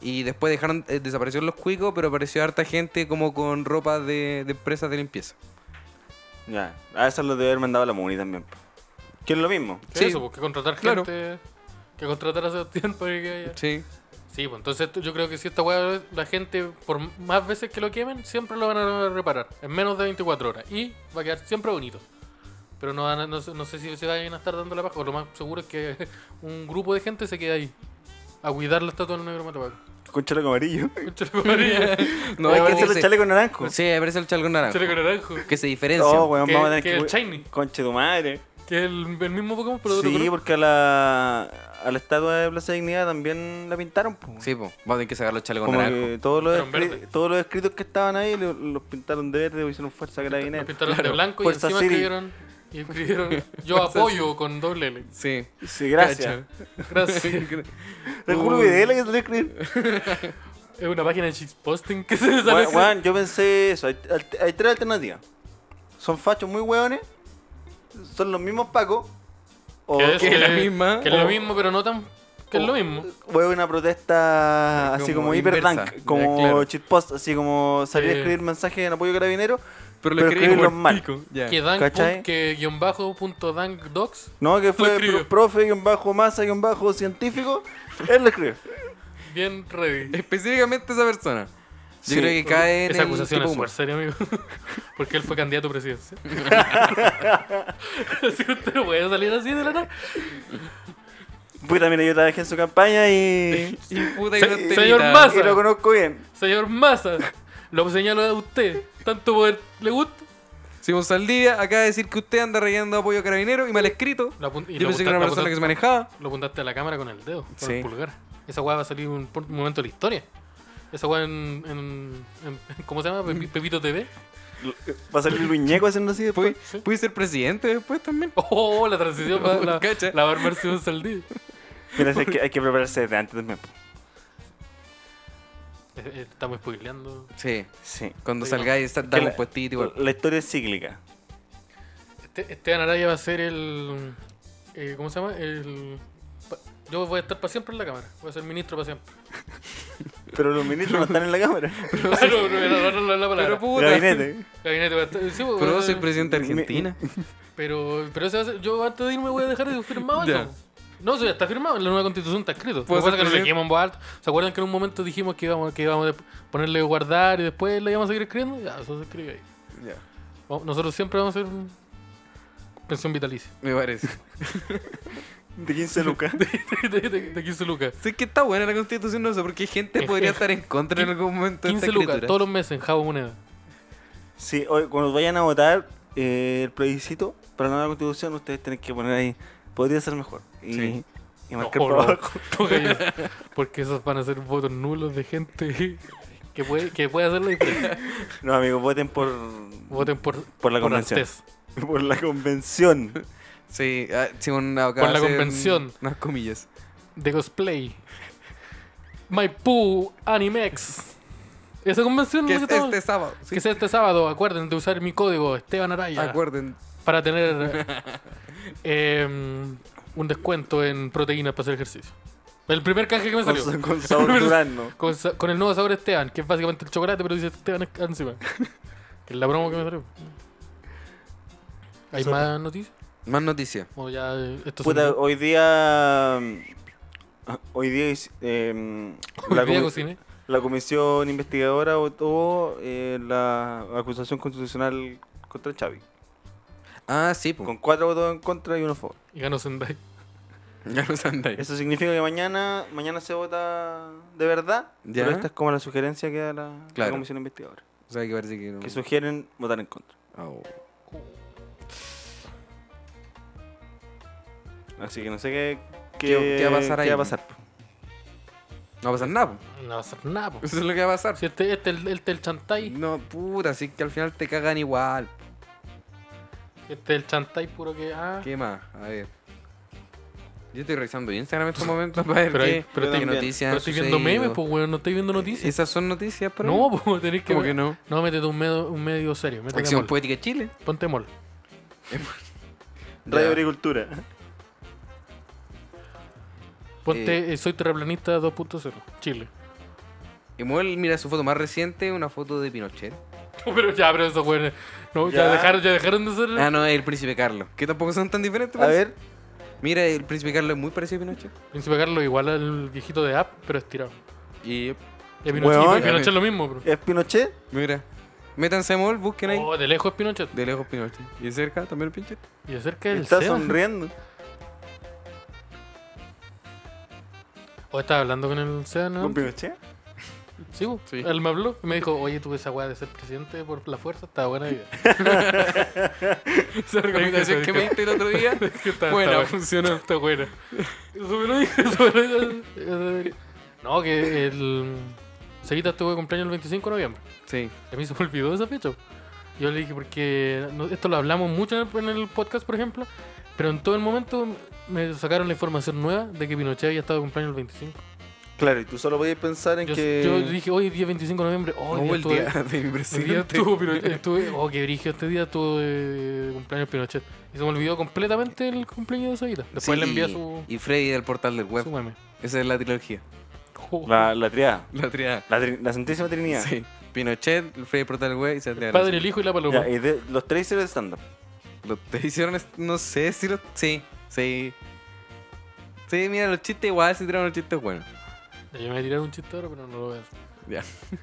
Y después dejaron, eh, desaparecieron los cuicos, pero apareció harta gente como con ropa de, de empresas de limpieza.
Ya. A esas lo debe haber mandado la Muni también. po. Que es lo mismo.
¿Qué
Sí.
es eso? Porque contratar
Claro.
gente. Que contratar a Sebastián para que haya.
Sí.
Sí, pues entonces tú- yo creo que si esta weá la gente, por más veces que lo quemen, siempre lo van a reparar. En menos de 24 horas. Y va a quedar siempre bonito. Pero no, van a- no, sé- no sé si se van a estar dando la paja. O lo más seguro es que un grupo de gente se quede ahí. A cuidar la estatua del negro matapaco.
Con chaleco amarillo.
Concha la comadre.
No,
Hay
es
que
que
hacerle
dice-
chaleco naranjo.
Sí, aparece el chalgón naranja.
Chaleco naranjo.
Que se diferencia.
Oh, weón,
Que-
vamos a tener
que
que.
el shiny.
Conche tu madre.
Que es el, el mismo Pokémon, pero de otro
Sí, pues,
color.
porque a la, a la estatua de Plaza Dignidad también la pintaron. po.
Sí, pues, vamos a tener que sacar los chalecos
Como
naranjos.
que todos los,
Pero en
escri-
verde.
todos los escritos que estaban ahí lo- los, pintaron de verde o hicieron fuerza
Lo
carabinera.
pintaron de
Claro.
blanco y
Fuerza
encima
City.
escribieron, y escribieron yo
Fuerza
apoyo con doble L.
Sí.
Sí, gracias.
Gracias.
El culo
Uh.
Videla que salió a escribir.
es una página de shitposting que se sale.
Gua- Guan, yo pensé eso. Hay, al- hay tres alternativas. Son fachos muy hueones. Son los mismos pacos. O
que es,
que es la
que-
misma,
Que es lo
o-
mismo, pero no tan. Que es lo mismo.
huevo una protesta
Como
así como hiper
inversa.
dank.
Ya,
Como
claro.
shitpost. Así como salir a
Eh.
escribir mensajes en apoyo carabinero.
Pero
Pero
lo escribimos
escribirlos mal.
mal. Pico. Ya.
Que dan
¿Cachai?
pun- que guión bajo punto dank docs.
No, que fue
escribió.
pro- profe y un bajo masa y un bajo científico. Él lo escribió.
Bien ready.
Específicamente esa persona. Yo
Sí.
creo que cae en
Esa
el
acusación
tipo
es
humor.
súper seria, amigo. Porque él fue candidato a presidencia. Así que usted no puede salir así de la nada.
Pues también yo trabajé en su campaña y.
Y puta que
Se-
no te
señor
imita.
Mas.
y lo conozco bien.
Señor Massa, lo señalo a usted. Tanto poder le gusta.
Simón Saldivia acaba de decir que usted anda rayando apoyo a carabinero y mal escrito.
Lo apun- y
Yo
lo
pensé que
apunta-
era una
lo
persona
apunta-
que se manejaba.
Lo apuntaste a la cámara con el dedo, con
Sí.
el pulgar. Esa weá va a salir un, por- un momento de la historia. Esa weá en, en- en- ¿Cómo se llama?
Mm.
Pepi- Pepito TV.
Va a salir Luis Ñeco haciendo así después.
Pude, pude ser presidente después también.
Oh, la transición va, la,
Cacha.
la va a armar Simón Saldí.
Mira, hay que, hay que prepararse desde antes también.
eh, Estamos spoileando.
Sí.
Sí.
Cuando
Sí,
salgáis, da
Que
un
la-
puestito igual.
La historia es cíclica.
Este, Esteban Araya va a ser el. eh, ¿Cómo se llama? El. pa- Yo voy a estar para siempre en la cámara. Voy a ser ministro para siempre.
Pero los ministros no están en la cámara.
Claro, no, no, no, no, la palabra.
Pero puta.
Gabinete.
Gabinete va a estar- sí, voy a-
Pero soy presidente de Argentina.
Pero, pero eso va a ser- yo antes de irme voy a dejar de firmado
Ya.
eso. No, eso ya está firmado, en la nueva constitución está escrito. Lo que
Puede
pasa es
ser
que no lo
presidente.
dijimos en voz alta. ¿Se acuerdan que en un momento dijimos que íbamos, que íbamos a ponerle guardar y después le íbamos a seguir escribiendo? Ya, eso se escribe ahí. O- Oh, Nosotros siempre vamos a hacer un- pensión vitalicia.
Me parece.
De 15 lucas.
De, de- de 15 lucas.
sé que está buena la constitución, no sé, porque gente podría estar en contra en algún momento de
15
esta
lucas
escritura.
todos los meses en Jabo Moneda.
Sí, hoy, cuando vayan a votar eh, el plebiscito para la nueva constitución, ustedes tienen que poner ahí, podría ser mejor. Y,
Sí.
y
No,
marcar
por
para
favor.
abajo.
Porque esos van a ser votos nulos de gente que puede, que puede hacer la diferencia.
No, amigos, voten por,
Voten por,
Por la convención.
Artés.
por la convención.
Sí, ah, sí, un abogado
Por la
hace un-
convención.
Unas comillas.
de cosplay. Maipú Animex. Esa convención
Que
es
es
la que estamos-
este sábado. sí.
que sea este sábado. Acuerden de usar mi código Esteban Araya
Acuerden.
para tener em, un descuento en proteínas para hacer ejercicio. El primer canje que me salió.
Con, con sabor durazno.
Con, sa- con el nuevo sabor Esteban, que es básicamente el chocolate, pero dice Esteban es- encima. que es la broma que me salió. ¿Hay
Eso-
más noticias?
Más noticias.
O ya eh, esto
Puta,
es un-
hoy día. ah, Hoy día. eh,
hoy
la,
día
comi-
cociné.
la comisión investigadora votó eh, la acusación constitucional contra Xavi.
Ah, sí, pues.
Con cuatro votos en contra y uno a favor.
y ganó Sendai.
Ya los andáis.
Eso significa que mañana mañana se vota de verdad,
Ya.
pero esta es como la sugerencia que da la, la
Claro.
comisión investigadora.
O sea, que parece que no. Oh.
Que sugieren votar en contra.
Au.
Así que no sé qué,
¿Qué- qué va a pasar ahí?
qué va a pasar.
No va a pasar nada, po.
No va a ser nada, po.
Eso es lo que va a pasar.
Si este, este, el, este el chantay,
No, puta, así que al final te cagan igual.
este el chantay puro que. Ah,
¿Qué más? A ver. Yo estoy revisando Instagram en estos momentos para ver
Pero
qué,
hay- pero
qué
estoy-
noticias
pero
han
estoy viendo
sucedido.
memes, pues, weón, no estoy viendo noticias.
¿Esas son noticias? Pero
No, pues, tenés que.
¿Cómo
ver-
que no?
No, métete un medio, un medio serio. Métete
Acción pues.
mol.
Poética de Chile.
Ponte mol.
Radio
Ya.
Agricultura.
Ponte, eh, soy terraplanista 2.0, Chile.
Emuel, mira su foto más reciente, una foto de Pinochet.
No, pero ya, pero esos weones. No, ya.
Ya.
dejaron, ya dejaron de ser.
Ah, no, es el Príncipe Carlos. Que tampoco son tan diferentes.
A
parece.
ver,
Mira, el Príncipe Carlos es muy parecido a Pinochet.
Príncipe Carlos igual al viejito de App, pero estirado.
Y
Y a Pinochet,
Weón.
y Pinochet es lo mismo, bro.
¿es Pinochet?
mira, métanse a Emuel, busquen ahí.
Oh, de lejos es Pinochet.
De lejos Pinochet. Y de cerca también el Pinochet.
Y de cerca es el
Está
Seba.
sonriendo.
O Oh, estaba hablando con el Seba, ¿no?
¿Con Pinochet?
Sí, bu.
Sí.
él me habló y me dijo, oye, tuve esa weá de ser presidente por la fuerza, está buena idea.
Esa
recomendación que me
diste el otro día. Buena,
funcionó, está buena. Eso me lo dije, eso me lo dije. No, que el... Seguita estuvo de cumpleaños el 25 de noviembre.
Sí.
A mí se me olvidó esa fecha. Yo le dije, porque no- esto lo hablamos mucho en el, en el podcast, por ejemplo, pero en todo el momento me sacaron la información nueva de que Pinochet había estado de cumpleaños el 25.
Claro, y tú solo podías pensar en
Yo,
que.
yo dije, hoy día 25 de noviembre, hoy
no,
día
el
estuve-
día de mi
Hoy día
presidente.
estuvo, Pino- estuve- oh, qué brillo este día estuvo de, de cumpleaños Pinochet. Y se me olvidó completamente el cumpleaños de Sabita. Después
Sí,
le envié su,
Y Freddy del portal del web.
su meme.
Esa es la trilogía.
Oh,
La, la triada.
La triada.
La, tri- la Santísima Trinidad.
Sí. Pinochet, el Freddy del portal del web y se
el padre, el hijo y la paloma.
Ya, y de- los tres hicieron stand-up.
Lo te hicieron, est- no sé si lo. Sí, sí. Sí, mira, los chistes igual se tiraron los chistes buenos.
Ya, Yo me voy a tirar un chiste ahora, pero no lo voy a hacer.
Ya.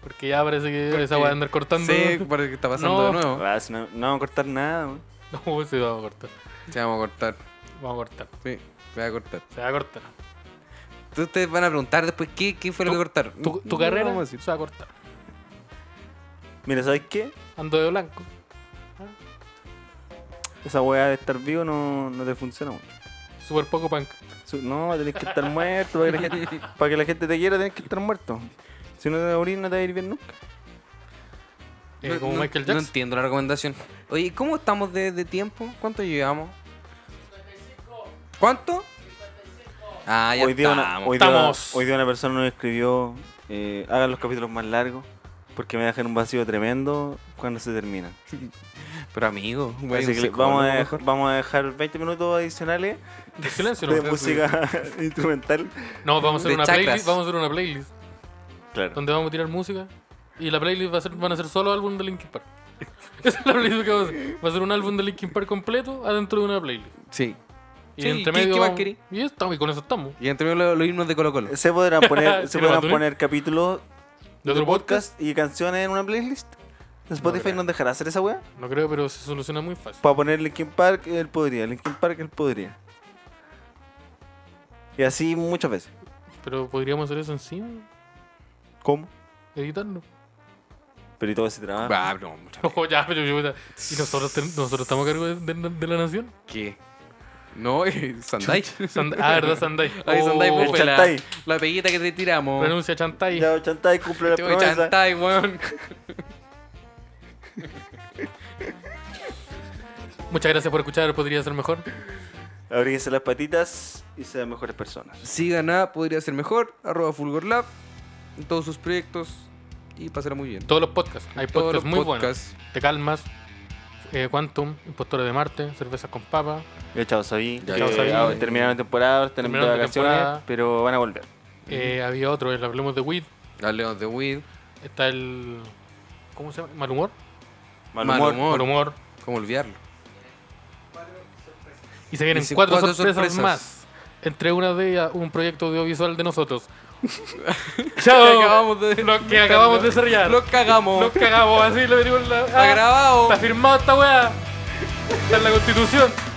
Porque ya parece que esa
Porque-
va a andar cortando.
Sí, parece que está pasando
No.
de nuevo.
Ah, si No, no vamos a cortar nada. man.
No, sí, vamos a cortar.
Se vamos a cortar.
Vamos a cortar.
Sí, voy a cortar.
Se va a cortar.
Entonces ustedes van a preguntar después qué, qué fue lo
Tu-
que cortaron.
Tu, tu
Mm, No,
carrera
vamos a
se
decir.
va a cortar.
Mira, ¿sabes qué?
Ando de blanco.
Esa weá de estar vivo no, no te funciona mucho.
Súper poco punk.
Su- No, tenés que estar muerto. Para que, la gente, para que la gente te quiera, tenés que estar muerto. Si no te morís, no te va a ir bien nunca.
Eh,
No-
como
no-
Michael
No
Jackson.
entiendo la recomendación. Oye, ¿cómo estamos de, de tiempo? ¿Cuánto llevamos? ¿Cuánto? Ah, ya
Hoy día, una,
estamos.
hoy, día,
Estamos.
hoy día una persona nos escribió: eh, hagan los capítulos más largos porque me dejan un vacío tremendo cuando se terminan.
Pero amigo, güey,
Así
un
que le-
psicólogo
vamos a, dej-
mejor.
vamos a dejar 20 minutos adicionales
De silencio,
de
¿no?
música instrumental.
No, vamos a hacer
De
una
chakras.
playlist. Vamos a hacer una playlist.
Claro.
donde vamos a tirar música. Y la playlist va a ser, van a ser solo álbum de Linkin Park. Esa es la playlist que vamos a hacer. Va a ser un álbum de Linkin Park completo adentro de una playlist.
Sí.
Y
Sí,
entre
¿qué-
medio.
qué más
vamos-
querí?
y, ya estamos, y con eso estamos.
Y entre medio los, los himnos de Colo Colo.
Se podrán poner, se
¿Tiene
podrán
Batuni?
poner capítulos
¿De otro podcast?
y canciones en una playlist. ¿Spotify
creo.
nos dejará hacer esa weá?
No creo, pero se soluciona muy fácil.
Para poner Linkin Park, él podría. Linkin Park, él podría. Y así muchas veces.
Pero podríamos hacer eso encima,
¿Cómo?
editarlo.
Pero y todo ese trabajo.
Ah, no, mucha-
Ojo, ya, pero yo- ¿Y nosotros, ten- nosotros estamos a cargo de, de- de la nación?
¿Qué? No, eh, Sandai.
Sand- ah, ¿verdad, Sandai?
Ay, Sandai,
Oh,
pues, fue la,
Chantai.
la peguita que te tiramos.
Renuncia Chantai.
Ya, Chantai cumple la
Este wey
promesa.
Chantai, weón.
Muchas gracias por escuchar, podría ser mejor.
Abríguese las patitas y sean mejores personas.
Sigan a Podría Ser Mejor, arroba FulgorLab, en todos sus proyectos y pasará muy bien.
Todos los podcasts. Hay
Todos los
podcasts muy buenos.
podcasts.
Te calmas. eh, Quantum, Impostores de Marte, Cervezas con Papa.
Ya, chao, Sabi.
Ya,
Que
chao, Sabi.
ahora Terminaron la temporada, ahora tenemos
Terminaron la
vacaciones,
temporada.
pero van a volver.
Eh, Había otro, el Hablemos de Weed.
Hablemos de Weed,
Está el. ¿Cómo se llama? ¿Mal humor?
Mal
Mal
humor.
Humor.
Mal humor.
cómo olvidarlo.
Y se vienen
Dice,
cuatro,
cuatro
sorpresas,
sorpresas.
más. Entre una de ellas, un proyecto audiovisual de nosotros.
Que
¡Chao!
acabamos de,
Lo que acabamos de desarrollar.
Lo cagamos.
Nos cagamos, así le venimos la.
Está
Ah,
grabado.
Está firmado esta weá. Está en la constitución.